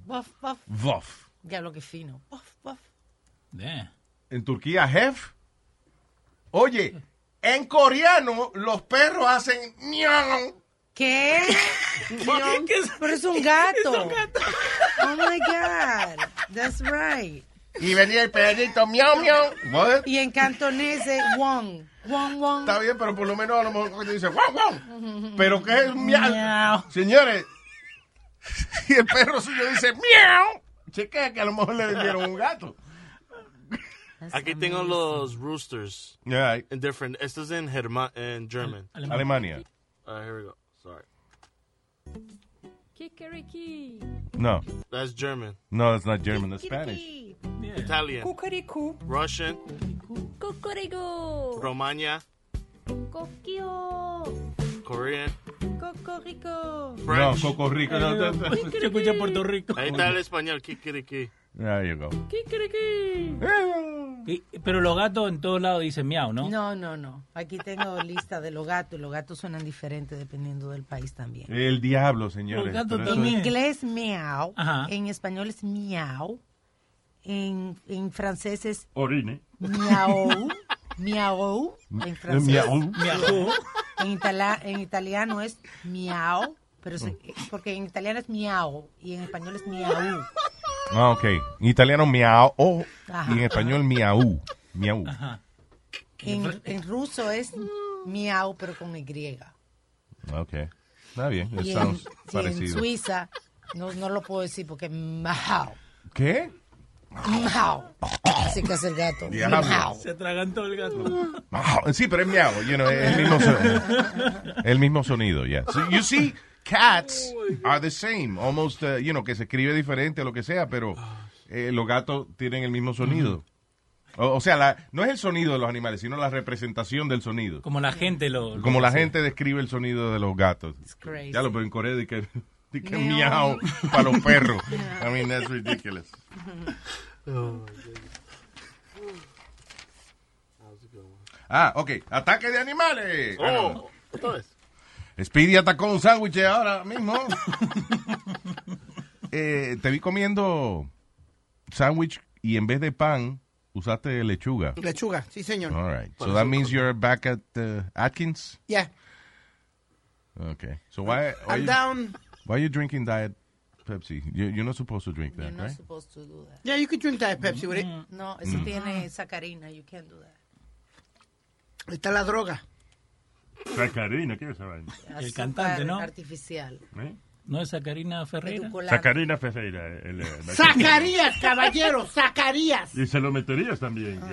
Speaker 7: Buff, buff.
Speaker 5: vof.
Speaker 7: Diablo, qué fino. Buff, buff.
Speaker 5: En Turquía, jef. Oye, en coreano los perros hacen miau.
Speaker 7: ¿Qué? Pero es un gato. Oh my God. That's right.
Speaker 5: Y venía el perrito miau miau. What?
Speaker 7: Y en cantonés es wong. Wong, wong.
Speaker 5: Está bien, pero por lo menos a lo mejor te dice guau guau. Pero qué es miau. Señores, si el perro suyo dice miau, chequea que a lo mejor le dieron un gato.
Speaker 15: Aquí tengo los roosters.
Speaker 5: Yeah, right.
Speaker 15: In different. Esto es en, Germa, en German.
Speaker 5: Alemania.
Speaker 15: All right, here we go. Sorry.
Speaker 14: Kikeriki.
Speaker 5: No.
Speaker 15: That's German.
Speaker 5: No, that's not German. That's Spanish.
Speaker 15: Italian.
Speaker 14: Kukuriku.
Speaker 15: Russian.
Speaker 14: Kukuriku.
Speaker 15: Romania.
Speaker 14: Kokio.
Speaker 15: Korean.
Speaker 14: Kokoriko.
Speaker 15: French.
Speaker 5: No, Cocorico. No, no, no.
Speaker 11: Se escucha en Puerto Rico.
Speaker 15: Ahí está el español. Kikiriki.
Speaker 5: There you go.
Speaker 11: Y- Pero los gatos en todos lados dicen miau, ¿no?
Speaker 7: No, no, no. Aquí tengo lista de los gatos. Los gatos suenan diferente dependiendo del país también.
Speaker 5: El diablo,
Speaker 11: Los
Speaker 5: señores.
Speaker 11: gatos
Speaker 5: Pero eso
Speaker 7: En
Speaker 5: es-
Speaker 7: inglés miau,
Speaker 5: Ajá.
Speaker 7: en español es miau, en, en francés es
Speaker 8: Orine.
Speaker 7: miau, miau, en francés
Speaker 8: Miau.
Speaker 11: Miau.
Speaker 7: En, itala- en italiano es miau, pero se- porque en italiano es miau y en español es miau.
Speaker 5: Ah, ok. En italiano, miau.
Speaker 7: Ajá.
Speaker 5: Y en español, miau. Miau.
Speaker 7: En, en ruso es miau, pero con Y.
Speaker 5: Ah, Ok. Está bien. It
Speaker 7: Y en,
Speaker 5: sounds
Speaker 7: y en
Speaker 5: parecido.
Speaker 7: Suiza, no, no lo puedo decir porque es miau.
Speaker 5: ¿Qué?
Speaker 7: Miau. Así que hace el gato.
Speaker 5: Diablo.
Speaker 7: Miau.
Speaker 11: Se atragantó el gato.
Speaker 5: Ah, Sí, pero es miau, you know, el mismo sonido. El mismo sonido, yeah. So you see, cats are the same, almost, uh, you know, que se escribe diferente o lo que sea, pero eh, los gatos tienen el mismo sonido. O, o sea, la- no es el sonido de los animales, sino la representación del sonido.
Speaker 11: Como la gente lo. lo
Speaker 5: Como la
Speaker 11: hace.
Speaker 5: gente describe el sonido de los gatos.
Speaker 11: crazy.
Speaker 5: Ya lo pero en Corea de que, de que
Speaker 11: Miau.
Speaker 5: miau para los perros. I mean, that's ridiculous.
Speaker 15: Oh,
Speaker 5: Ah, ok. Ataque de animales. Ah, no, no.
Speaker 15: Oh, otra vez.
Speaker 5: Speedy atacó un sándwich ahora mismo. Eh, te vi comiendo sándwich y en vez de pan usaste lechuga.
Speaker 6: Lechuga, sí, señor.
Speaker 5: All right. So that means you're back at uh, Atkins.
Speaker 6: Yeah,
Speaker 5: Okay. So why why
Speaker 6: I'm
Speaker 5: you,
Speaker 6: down.
Speaker 5: why you drinking diet Pepsi? You, you're not supposed to drink that,
Speaker 7: You're not
Speaker 5: right?
Speaker 7: supposed to do that.
Speaker 6: Yeah, you could drink that Pepsi with it.
Speaker 7: No, eso
Speaker 5: ¿eh? Mm.
Speaker 7: tiene sacarina. You can't do that.
Speaker 6: Está la droga.
Speaker 8: Sacarina, ¿qué es esa vaina?
Speaker 11: El
Speaker 7: Azúcar
Speaker 11: cantante, ¿no?
Speaker 7: Artificial.
Speaker 8: ¿Eh?
Speaker 11: No es Sacarina Ferreira.
Speaker 7: Edulcorante.
Speaker 8: Sacarina Ferreira. el, eh,
Speaker 6: Zacarías, caballero, Zacarías.
Speaker 8: Y se lo meterías también.
Speaker 7: Ah.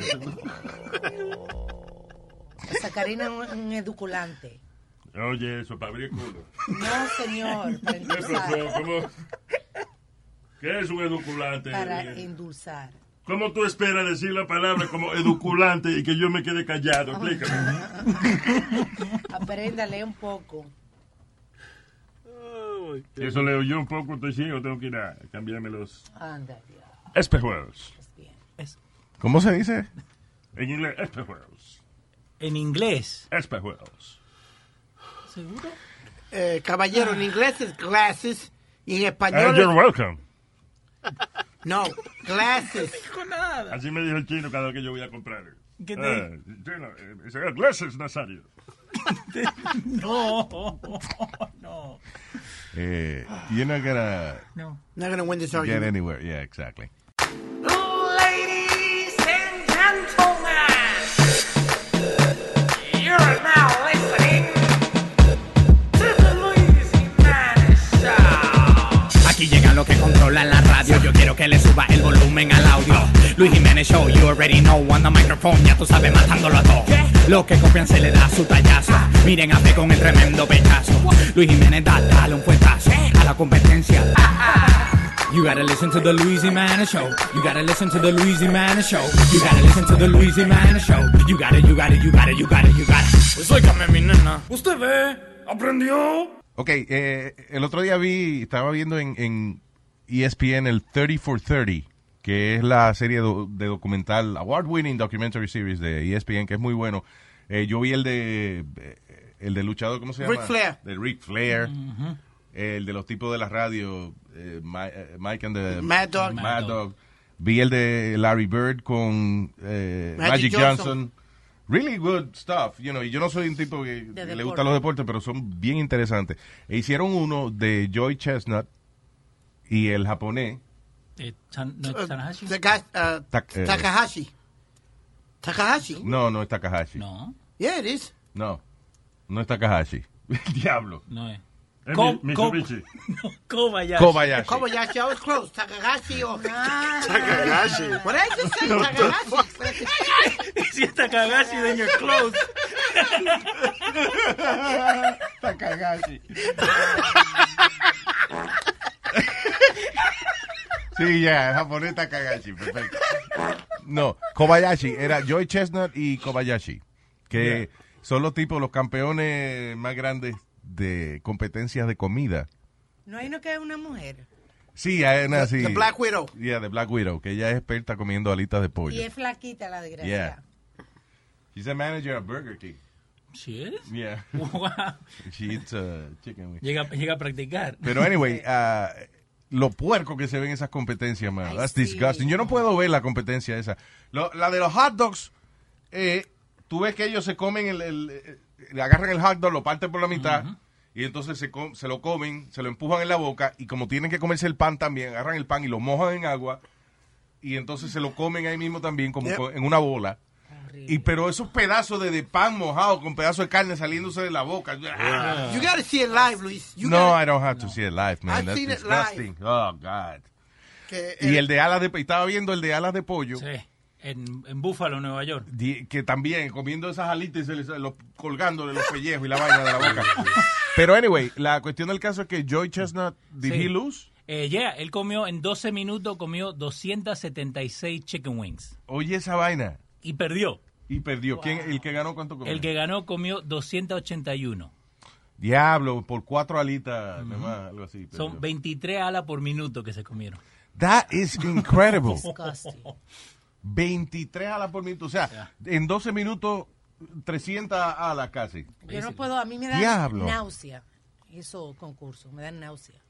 Speaker 7: La sacarina es un, un edulcorante.
Speaker 8: Oye, eso, para abrir culo.
Speaker 7: No, señor. Para
Speaker 8: ¿Qué pasó?
Speaker 7: endulzar.
Speaker 8: ¿Cómo? ¿Qué es un edulculante?
Speaker 7: Para endulzar.
Speaker 8: ¿Cómo tú esperas decir la palabra como edulculante y que yo me quede callado? Explícame.
Speaker 7: Apréndale un poco.
Speaker 8: Eso le oyó un poco, estoy ciego, tengo que ir a cambiarme los
Speaker 7: Anda, Dios.
Speaker 8: espejuelos.
Speaker 5: ¿Cómo se dice?
Speaker 8: En inglés, espejuelos.
Speaker 11: En inglés.
Speaker 8: Espejuelos.
Speaker 11: ¿Seguro?
Speaker 6: Eh, caballero, en inglés es glasses y en
Speaker 8: And
Speaker 6: español
Speaker 8: you're
Speaker 6: es...
Speaker 8: welcome.
Speaker 6: No, glasses.
Speaker 8: Así me dijo el chino cada vez que yo voy a comprar.
Speaker 6: ¿Qué te
Speaker 8: Ah, chino, eh, dice, "Glasses, Nazario.
Speaker 11: No. No.
Speaker 5: Eh, you're not gonna
Speaker 11: No.
Speaker 6: Not gonna win this
Speaker 5: get
Speaker 6: argument.
Speaker 5: anywhere. Yeah, exactly.
Speaker 17: Ladies and gentlemen, you're now listening to the Luis Jimenez
Speaker 20: Aquí llegan los que controlan la radio. Yo quiero que le suba el volumen al audio. Luis Jiménez Show, you already know. On the microphone, ya tú sabes, matándolo a todos. Los que copian se le da su tallazo. Miren a P con el tremendo pechazo. Luis Jiménez, da, dale un fuetazo a la competencia. You gotta listen to the Luis Jiménez Show. You gotta listen to the Luis Jiménez Show. You gotta listen to the Luis Jiménez Show. You gotta, you gotta, you gotta, you gotta, you gotta. Pues óigame, mi nena. Usted ve, aprendió.
Speaker 5: Ok, eh, el otro día vi, estaba viendo en, en E ESPN el 30 for 30, que es la serie do- de documental, award-winning documentary series de E ESPN, que es muy bueno. Eh, yo vi el de, eh, el de luchador, ¿cómo se llama?
Speaker 6: Ric Flair.
Speaker 5: De Ric Flair. Eh, El de los tipos de la radio, eh, Mi- eh, Mike and the...
Speaker 6: Mad Dog.
Speaker 5: Mad Dog. Vi el de Larry Bird con eh,
Speaker 6: Magic
Speaker 5: Magic, Johnson.
Speaker 6: Johnson.
Speaker 5: Really good stuff, you know. Y yo no soy un tipo que
Speaker 6: De
Speaker 5: le
Speaker 6: deporte.
Speaker 5: gustan los deportes, pero son bien interesantes. E hicieron uno de Joy Chestnut y el japonés.
Speaker 11: Eh, Tan- no,
Speaker 6: Uh,
Speaker 11: Tanahashi.
Speaker 6: Taka- uh,
Speaker 5: Tak- eh.
Speaker 6: Takahashi. Takahashi.
Speaker 5: No, no es Takahashi. No.
Speaker 6: Yeah, it is.
Speaker 5: No, no es Takahashi. Diablo.
Speaker 11: No es.
Speaker 8: Eh,
Speaker 11: Co-
Speaker 8: mi-
Speaker 11: co-
Speaker 8: Mitsubishi.
Speaker 11: no, Kobayashi.
Speaker 5: Kobayashi.
Speaker 6: Kobayashi, I was close. Takahashi or...
Speaker 11: Takahashi.
Speaker 6: What did I just say? Takahashi.
Speaker 11: Si es Takahashi, then you're close.
Speaker 5: Takahashi. Sí, ya, el japonés Takahashi, perfecto. No, Kobayashi, era Joy Chestnut y Kobayashi, que son los tipos, los campeones más grandes de competencias de comida.
Speaker 7: No hay no que una mujer.
Speaker 5: Sí, hay una así.
Speaker 7: The Black Widow.
Speaker 5: Yeah, The Black Widow, que ella es experta comiendo alitas de
Speaker 7: Y
Speaker 5: pollo.
Speaker 7: es flaquita la desgracia.
Speaker 5: Yeah. She's a manager at Burger King.
Speaker 11: She is?
Speaker 5: Yeah.
Speaker 11: Wow.
Speaker 5: She eats uh, chicken wings.
Speaker 11: Llega, llega a practicar.
Speaker 5: Pero anyway, ah, lo puerco que se ven esas competencias, man. That's disgusting. Yo no puedo ver la competencia esa. Lo- la de los hot dogs, eh, tú ves que ellos se comen, el, el- eh, le agarran el hot dog, lo parten por la mitad. Y entonces se, com- se lo comen, se lo empujan en la boca y como tienen que comerse el pan también, agarran el pan y lo mojan en agua y entonces se lo comen ahí mismo también como
Speaker 14: Yep.
Speaker 5: co- en una bola. Y pero esos pedazos de, de pan mojado con pedazos de carne saliéndose de la boca. Ah.
Speaker 6: You gotta see it live, Luis. You
Speaker 5: no,
Speaker 6: gotta-
Speaker 5: I don't have to see it live, man.
Speaker 6: I've
Speaker 5: That's
Speaker 6: seen it
Speaker 5: disgusting. Oh, God.
Speaker 6: Que
Speaker 5: Y el de alas de pollo, estaba viendo el de alas de pollo,
Speaker 11: Sí, en, en Búfalo, Nueva York.
Speaker 5: di- que también comiendo esas alitas y se les- los- colgándole los pellejos y la vaina de la boca. Pero anyway, la cuestión del caso es que Joy Chestnut, did
Speaker 11: Sí.
Speaker 5: he lose?
Speaker 11: Eh, yeah, él comió en 12 minutos, comió 276 chicken wings
Speaker 5: Oye esa vaina.
Speaker 11: y perdió.
Speaker 5: Y perdió. ¿Quién, el que ganó cuánto comió?
Speaker 11: El que ganó comió 281.
Speaker 5: Diablo, por cuatro alitas, nomás, algo así. pero-
Speaker 11: Son 23 alas por minuto que se comieron.
Speaker 5: That is incredible.
Speaker 7: Disgusting.
Speaker 5: 23 alas por minuto. O sea, en 12 minutos, 300 alas casi.
Speaker 7: Yo no puedo, a mí me da
Speaker 5: Diablo.
Speaker 7: náusea esos concursos, me dan náusea.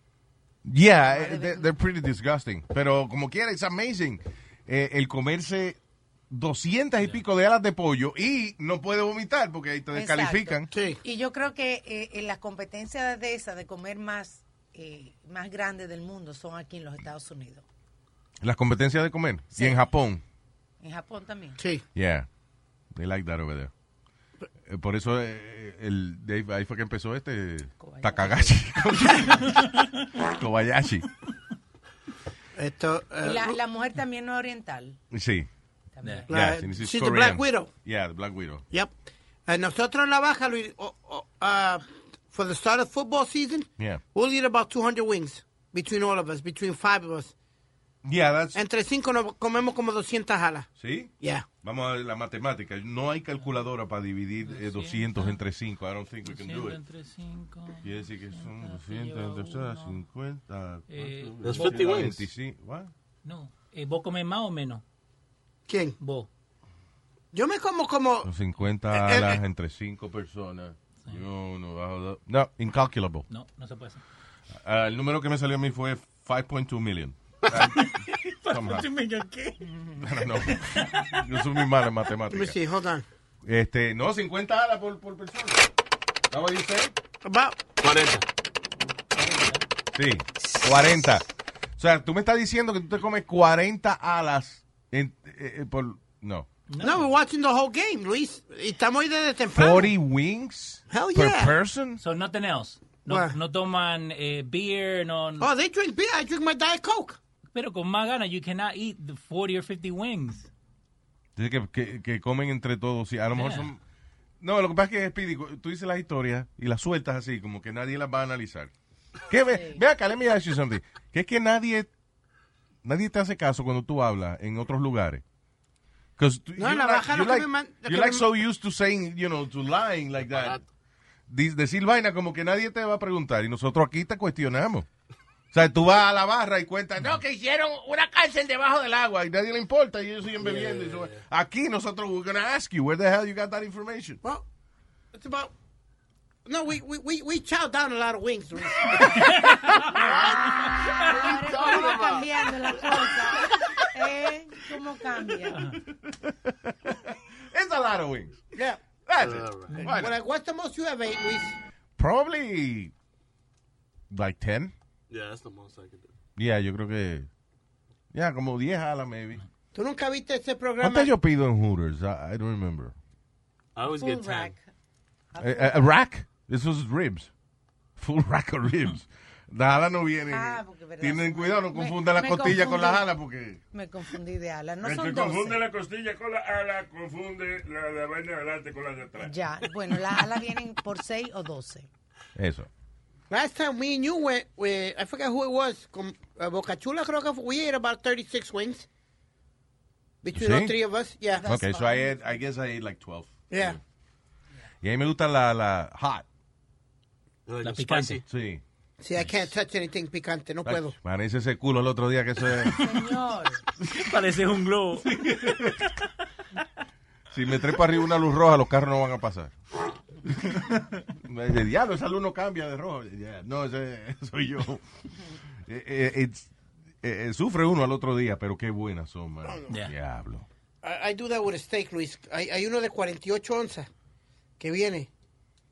Speaker 5: Yeah, eh, they're, they're pretty disgusting. Pero como quiera, it's amazing. eh, el comerse 200 y pico de alas de pollo y no puede vomitar porque ahí te
Speaker 7: Exacto.
Speaker 5: descalifican.
Speaker 7: Y yo creo que eh, en las competencias de esas de comer más eh, más grandes del mundo son aquí en los Estados Unidos.
Speaker 5: Las competencias de comer. Y en Japón.
Speaker 7: En Japón también.
Speaker 6: Sí.
Speaker 5: Yeah. They like that over there. Eh, Por eso eh, el, de ahí- ahí fue que empezó este Takagashi. Kobayashi.
Speaker 6: Esto, uh,
Speaker 7: Y la, la mujer también no es oriental.
Speaker 5: Sí.
Speaker 7: También.
Speaker 5: Yeah,
Speaker 6: La-
Speaker 5: since it's
Speaker 6: she's the
Speaker 5: Korean.
Speaker 6: Black Widow.
Speaker 5: Yeah, the Black Widow.
Speaker 6: Yep. Eh, nosotros en la baja, Luis, o- o- ah, for the start of football season,
Speaker 5: Yeah.
Speaker 6: we'll eat about 200 wings between all of us, between five of us.
Speaker 5: Yeah, that's...
Speaker 6: Entre cinco nos comemos como 200 alas.
Speaker 5: ¿Sí?
Speaker 6: Yeah.
Speaker 5: Vamos a ver la matemática. No hay calculadora para dividir eh, 200 entre 5. I don't think we can do it. Quiere decir que son 200 entre 50.
Speaker 11: Eh,
Speaker 5: cuatro,
Speaker 11: That's 50 wings.
Speaker 5: 25, what?
Speaker 11: No, eh, ¿vos comés más o menos?
Speaker 6: ¿Quién?
Speaker 11: Vos.
Speaker 6: Yo me como como...
Speaker 5: Son 50
Speaker 6: Eh, eh,
Speaker 5: alas
Speaker 6: eh.
Speaker 5: entre 5 personas. Yo no bajo dos- No, incalculable.
Speaker 11: No, no se puede hacer.
Speaker 5: Ah, el número que me salió a mí fue 5.2 million. Somehow. I don't know. Yo soy muy malo en
Speaker 6: Let me
Speaker 5: matemáticas.
Speaker 6: see, hold on.
Speaker 5: Este, no, 50 alas por, por persona. ¿Cómo dice?
Speaker 6: About
Speaker 15: 40.
Speaker 5: Sí, 40. O sea, tú me estás diciendo que tú te comes 40 alas en- eh, eh, por... No.
Speaker 6: No. we're watching the whole game, Luis. Y Estamos ahí desde temprano.
Speaker 5: 40 wings
Speaker 6: Hell
Speaker 5: per
Speaker 6: yeah.
Speaker 5: person.
Speaker 11: So, nothing else. No,
Speaker 6: What?
Speaker 11: no toman eh, beer, no...
Speaker 6: Oh, they drink beer. I drink my Diet Coke.
Speaker 11: Pero con más ganas, you cannot eat the 40 or 50 wings.
Speaker 5: Dice que, que, que comen entre todos. sí, a lo mejor
Speaker 11: Yeah.
Speaker 5: son... No, lo que pasa es que, Speedy, cu- tú dices las historias y las sueltas así, como que nadie las va a analizar. ¿Qué ve? Ve acá, let me ask you something. Que es que nadie, nadie te hace caso cuando tú hablas en otros lugares. 'Cause tú-
Speaker 6: No,
Speaker 5: you're
Speaker 6: la
Speaker 5: like-
Speaker 6: baja lo
Speaker 5: you're
Speaker 6: que
Speaker 5: like-
Speaker 6: me man- lo
Speaker 5: you're
Speaker 6: que
Speaker 5: like
Speaker 6: me-
Speaker 5: so used to saying, you know, to lying like that. Dic- Decir vaina como que nadie te va a preguntar y nosotros aquí te cuestionamos. O sea, tú vas a la barra y cuentas, no, que hicieron una cárcel debajo del agua y nadie le importa y ellos siguen bebiendo. y eso- Aquí nosotros, we're gonna ask you, where the hell you got that information?
Speaker 6: Well, it's about. No, we we we, we chow down a lot of wings. Luis.
Speaker 7: Ahora es como va cambiando la cosa. ¿Eh? ¿Cómo cambia?
Speaker 5: It's a lot of wings. Yeah. That's it. Why
Speaker 6: What-
Speaker 5: not?
Speaker 6: what's the most you have ate, Luis?
Speaker 5: Probably like 10.
Speaker 15: Yeah, that's the most I could do.
Speaker 5: Yeah, yo creo que. Yeah, como 10 alas, maybe.
Speaker 6: ¿Tú nunca viste ese programa?
Speaker 5: ¿Cuántas yo pido en Hooters? I, I don't remember.
Speaker 15: I always
Speaker 7: Full
Speaker 15: get 10.
Speaker 7: rack.
Speaker 5: Eh, eh, a rack. This was ribs. Full rack of ribs. Las alas no vienen.
Speaker 7: Ah, porque verdad.
Speaker 5: Tienen cuidado, no
Speaker 7: Me-
Speaker 5: confundan las
Speaker 7: me
Speaker 5: costillas con las
Speaker 7: confundí.
Speaker 5: alas porque.
Speaker 7: Me confundí de alas. No
Speaker 8: El que
Speaker 7: son
Speaker 8: confunde
Speaker 7: 12.
Speaker 8: la costilla con la ala, confunde la, la vaina de adelante con la de atrás.
Speaker 7: Ya, bueno, las alas vienen por 6 o 12.
Speaker 5: Eso.
Speaker 6: Last time me and you went, with, I forgot who it was. Con uh, Boca Chula, creo que fue. We ate about 36 wings between
Speaker 5: Sí?
Speaker 6: all three of us. Yeah.
Speaker 5: Ok, so I, ate- I guess I ate like 12.
Speaker 6: Yeah.
Speaker 5: Y a mí me gusta la, la hot.
Speaker 15: Like
Speaker 11: La
Speaker 15: a
Speaker 11: picante.
Speaker 15: spicy.
Speaker 5: Sí.
Speaker 6: See, I can't touch anything picante. No puedo.
Speaker 5: Parece ese culo el otro día que eso es.
Speaker 7: Señor.
Speaker 11: Pareces un globo.
Speaker 5: Si me trepo arriba una luz roja, los carros no van a pasar. Me dice, diablo, esa luz no cambia de rojo. Ya, No, ese soy yo. Eh, eh, it's- eh, eh, sufre uno al otro día, pero qué buenas son, man.
Speaker 11: Yeah.
Speaker 5: Diablo.
Speaker 6: I, I do that with a steak, Luis. Hay, hay uno de 48 onzas que viene.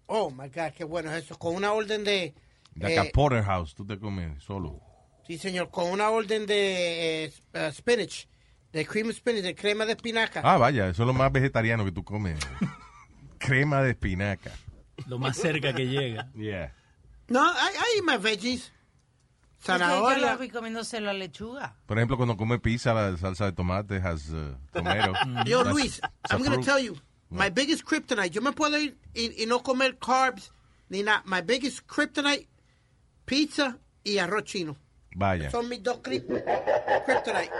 Speaker 6: Oh my God, qué bueno es eso. Con una orden de.
Speaker 5: De
Speaker 6: eh,
Speaker 5: acá, Porterhouse, tú te comes solo.
Speaker 6: sí, señor, con una orden de eh, uh, spinach, de cream spinach, de crema de espinaca.
Speaker 5: Ah, vaya, eso es lo más vegetariano que tú comes. Crema de espinaca.
Speaker 11: Lo más cerca que llega.
Speaker 5: Yeah.
Speaker 6: No, I, I eat my veggies.
Speaker 7: Zanahoria. Pues, Yo
Speaker 6: Zanahoria.
Speaker 7: lo recomiendo hacer la lechuga.
Speaker 5: Por ejemplo, cuando come pizza, la salsa de tomate has uh, tomato.
Speaker 6: Yo,
Speaker 5: That's-
Speaker 6: Luis,
Speaker 5: it's a
Speaker 6: I'm going to
Speaker 5: fruit.
Speaker 6: tell you, my biggest kryptonite, yo me puedo ir y, y no comer carbs ni nada. My biggest kryptonite, pizza y arroz chino.
Speaker 5: Vaya.
Speaker 6: Son mis dos cri- kryptonite.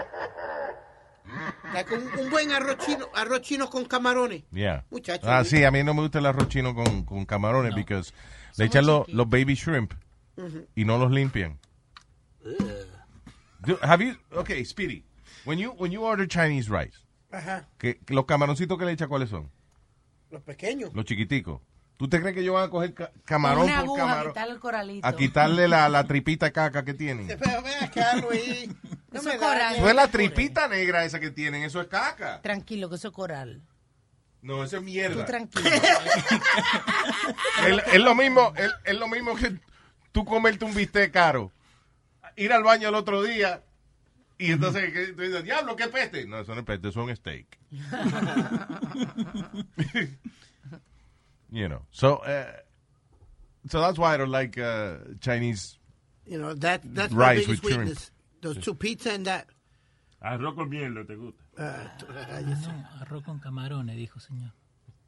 Speaker 6: Like un, un buen arroz chino, arroz chino con camarones.
Speaker 5: Yeah.
Speaker 6: Muchacho,
Speaker 5: ah,
Speaker 6: Luis.
Speaker 5: sí, a mí no me gusta el arroz chino con, con camarones because le echan los- los baby shrimp
Speaker 6: Ujú.
Speaker 5: y no los limpian. Do- have you, okay, Speedy, when you, when you order Chinese rice,
Speaker 6: Ajá,
Speaker 5: que, que los camaroncitos que le echa, ¿cuáles son?
Speaker 6: los pequeños.
Speaker 5: Los chiquiticos. ¿Tú te crees que yo van a coger ca- camarón
Speaker 7: Una
Speaker 5: por
Speaker 7: aguja,
Speaker 5: camarón?
Speaker 7: quitarle el coralito.
Speaker 5: A quitarle la, la tripita de caca que tienen.
Speaker 6: Pero ve acá, Luis. No me eh. dañes.
Speaker 5: No es la tripita negra esa que tienen, eso es caca.
Speaker 7: Tranquilo, que eso es coral.
Speaker 5: No, eso es
Speaker 7: Tú
Speaker 5: mierda.
Speaker 7: tranquilo.
Speaker 5: Es, es lo mismo, es, es lo mismo que tú comerte un bistec caro, ir al baño el otro día y entonces que tú dices, diablo, qué peste. No, eso no es peste, eso es un steak. you know. So, eh, so that's why I don't like uh, Chinese.
Speaker 6: You know, that, that's my
Speaker 5: Rice
Speaker 6: biggest
Speaker 5: with shrimp.
Speaker 6: weakness. Those two pizza and that.
Speaker 8: Arroz con mierda, ¿te gusta?
Speaker 11: No, arroz con camarones, dijo, señor.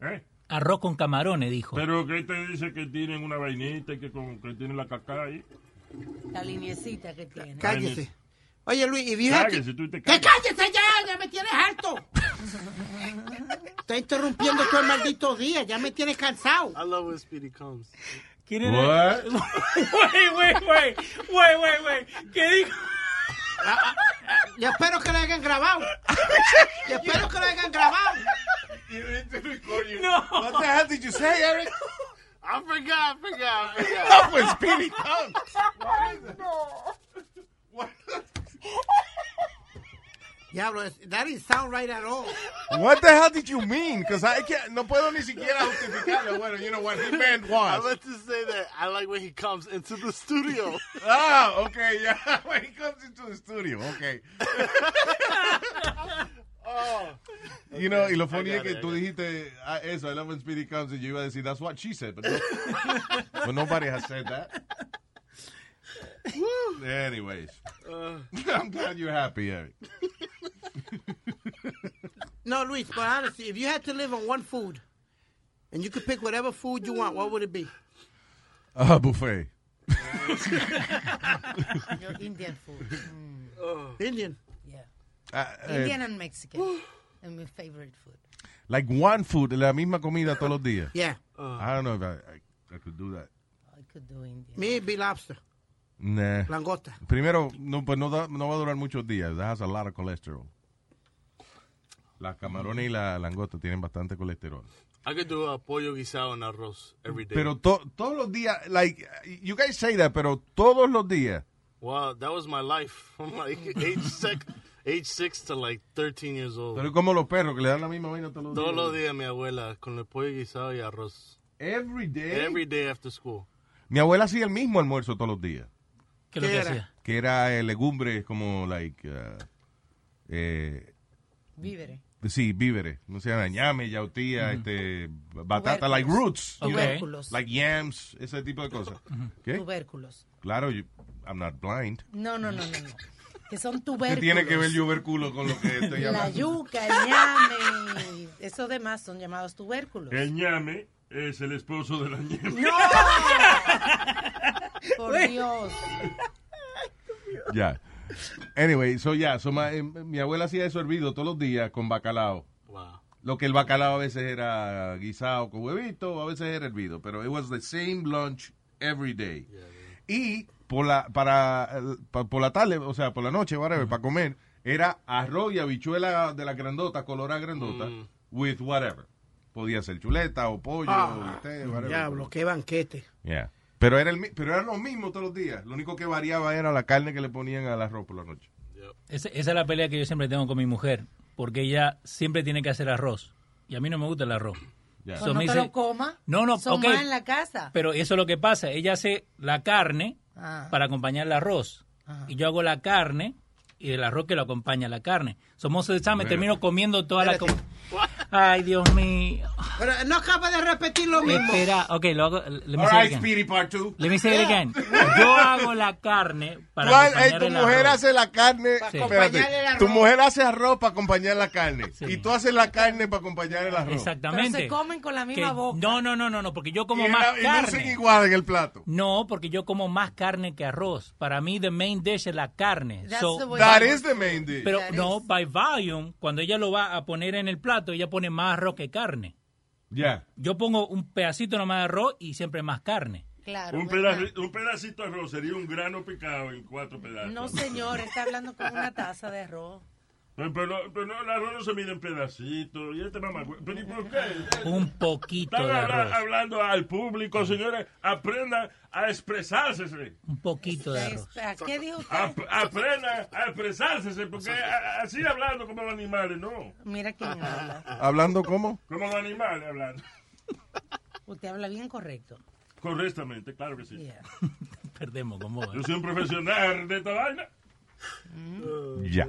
Speaker 8: ¿Eh?
Speaker 11: Arroz con camarones, dijo.
Speaker 8: Pero ¿qué te dice que tienen una vainita y que, con, que tienen la caca ahí?
Speaker 7: La liniecita que tiene.
Speaker 8: Cállese.
Speaker 6: Oye, Luis, if you have
Speaker 8: Cállese,
Speaker 6: to...
Speaker 8: tú te
Speaker 6: ¡Que
Speaker 8: callas.
Speaker 6: cállese ya! ¡Ya me tienes harto! Está interrumpiendo todo el maldito día. Ya me tienes cansado.
Speaker 15: I love when Speedy comes.
Speaker 11: ¿Quién
Speaker 5: era?
Speaker 11: Wait, wait, wait. Wait, wait, wait. ¿Qué dijo?
Speaker 6: Yo espero que lo hayan grabado. Yo espero que lo hayan grabado.
Speaker 11: No.
Speaker 5: What the hell did you say, Eric?
Speaker 15: I forgot, I forgot, I forgot.
Speaker 5: That was Speedy Combs.
Speaker 6: Diablo, es- that didn't sound right at all.
Speaker 5: What the hell did you mean? Because I can't, no puedo ni siquiera justificarlo. Bueno, you know what he meant
Speaker 15: I
Speaker 5: was.
Speaker 15: meant to say that I like when he comes into the studio.
Speaker 5: Ah, okay, yeah. When he comes into the studio, okay. Oh. You know, y lo funny es que tú dijiste ah, eso, I love when Speedy comes, and yo iba a decir, that's what she said, but, no- but nobody has said that. Anyways,
Speaker 15: Uh.
Speaker 5: I'm glad you're happy, Eric.
Speaker 6: No, Luis, but honestly, if you had to live on one food and you could pick whatever food you want, what would it be?
Speaker 5: Ah, buffet.
Speaker 7: Your Indian food. Mm.
Speaker 6: Indian.
Speaker 7: Yeah.
Speaker 5: Ah, eh,
Speaker 7: Indian and Mexican. And my favorite food.
Speaker 5: like one food, la misma comida todos los días.
Speaker 6: Yeah.
Speaker 15: Ah.
Speaker 5: I don't know if I, I, I could do that.
Speaker 7: I could do Indian.
Speaker 6: Me, it'd be lobster.
Speaker 5: Nah.
Speaker 6: Langosta.
Speaker 5: Primero, no, pues no, da- no va a durar muchos días. That has a lot of cholesterol. Las camarones y la langosta tienen bastante colesterol.
Speaker 15: I could do a pollo guisado en arroz every day.
Speaker 5: Pero to- todos los días, like, you guys say that, pero todos los días.
Speaker 15: wow, that was my life from like age six, age six to like 13 years old.
Speaker 5: Pero es como los perros que le dan la misma vaina todos los
Speaker 15: Todos los
Speaker 5: días.
Speaker 15: días mi abuela con el pollo guisado y arroz.
Speaker 5: Every day.
Speaker 15: Every day after school.
Speaker 5: Mi abuela hacía el mismo almuerzo todos los días.
Speaker 11: ¿Qué es lo que hacía?
Speaker 5: Que era eh, legumbres como, like, uh, eh,
Speaker 7: Vívere.
Speaker 5: sí, víveres. No sé, ñame, yautía, este, batata,
Speaker 7: Tubérculos.
Speaker 5: like roots. you know?
Speaker 7: Tubérculos.
Speaker 5: Like yams, ese tipo de cosas. ¿Qué?
Speaker 7: Tubérculos.
Speaker 5: Claro, yo- I'm not blind.
Speaker 7: No, no, no, no, no. Que son
Speaker 5: ¿Qué
Speaker 7: tubérculos.
Speaker 5: tiene que ver tubérculo con lo que estoy
Speaker 7: La
Speaker 5: hablando?
Speaker 7: yuca, el ñame. Esos demás son llamados tubérculos.
Speaker 8: El ñame es el esposo de la ñeme.
Speaker 7: ¡No! Por Dios.
Speaker 5: Ya. Anyway, so ya, so my- eh, mi abuela hacía eso hervido todos los días con bacalao.
Speaker 15: Wow.
Speaker 5: Lo que el bacalao a veces era guisado con huevito, a veces era hervido, pero it was the same lunch every day. Y por la para eh, pa- por la tarde, o sea, por la noche, whatever, para comer era arroz y habichuela de la grandota, colorada grandota with whatever. Podía ser chuleta o pollo, o
Speaker 6: Ah,
Speaker 5: bistec, whatever.
Speaker 6: diablo, qué banquete.
Speaker 5: Yeah. Pero era, el, mi- pero era lo mismo todos los días. Lo único que variaba era la carne que le ponían al arroz por la noche.
Speaker 11: Esa, esa es la pelea que yo siempre tengo con mi mujer, porque ella siempre tiene que hacer arroz. Y a mí no me gusta el arroz.
Speaker 5: Ya.
Speaker 7: Pues
Speaker 11: So
Speaker 7: no
Speaker 11: me
Speaker 7: te
Speaker 11: dice,
Speaker 7: lo coma.
Speaker 11: No, no,
Speaker 7: Son
Speaker 11: ok.
Speaker 7: más en la casa.
Speaker 11: Pero eso es lo que pasa. Ella hace la carne
Speaker 7: Ah.
Speaker 11: para acompañar el arroz. Y yo hago la carne y el arroz que lo acompaña la carne. Somos de examen,
Speaker 5: Espérate.
Speaker 11: termino comiendo toda la... com- Ay, Dios mío.
Speaker 6: Pero no acaba de repetir lo Ah, mismo.
Speaker 11: Espera, ok, lo hago. Let me
Speaker 14: All
Speaker 11: say it
Speaker 14: right,
Speaker 11: again.
Speaker 14: Speedy Part 2.
Speaker 11: Let me say it again. Yo hago la carne para
Speaker 5: ¿Cuál?
Speaker 11: acompañar
Speaker 5: Ey, tu
Speaker 11: el
Speaker 5: mujer
Speaker 11: arroz.
Speaker 5: hace la carne.
Speaker 11: Para
Speaker 5: espérate,
Speaker 11: acompañar el arroz.
Speaker 5: tu mujer hace arroz para acompañar la carne. Y tú haces la carne para acompañar el arroz.
Speaker 11: Exactamente.
Speaker 7: Pero se comen con la misma
Speaker 11: Que-
Speaker 7: boca.
Speaker 11: No, no, no, no, no, porque yo como
Speaker 5: Y
Speaker 11: más
Speaker 5: la- y no
Speaker 11: carne.
Speaker 5: son igual en el plato.
Speaker 11: No, porque yo como más carne que arroz. Para mí, the main dish es la carne.
Speaker 5: That's
Speaker 11: So-
Speaker 5: the way That I is the main dish.
Speaker 11: Pues Pero
Speaker 5: That
Speaker 11: no, by volume, cuando ella lo va a poner en el plato, ella pone más arroz que carne.
Speaker 14: Ya.
Speaker 11: Yo pongo un pedacito nomás de arroz y siempre más carne.
Speaker 7: Claro.
Speaker 8: un,
Speaker 7: ¿verdad?
Speaker 8: pedacito, un pedacito de arroz sería un grano picado en cuatro pedazos.
Speaker 7: No, señor, está hablando con una taza de arroz.
Speaker 8: Pero, pero- pero no, el arroz no se mide en pedacitos. Y este mamá, ¿pero y por qué?
Speaker 11: Un poquito
Speaker 8: Están
Speaker 11: de
Speaker 8: habla-
Speaker 11: arroz.
Speaker 8: hablando al público, señores. Aprendan a expresarse.
Speaker 11: Un poquito de arroz.
Speaker 7: Este, ¿Qué dijo usted?
Speaker 8: Ap- aprendan a expresarse, porque a- así hablando como los animales, no.
Speaker 7: Mira quién habla.
Speaker 5: ¿Hablando cómo?
Speaker 8: Como los animales hablando.
Speaker 7: Usted habla bien correcto.
Speaker 8: Correctamente, claro que sí.
Speaker 11: Perdemos con vos. ¿eh?
Speaker 8: Yo soy un profesional de esta vaina.
Speaker 5: Ya.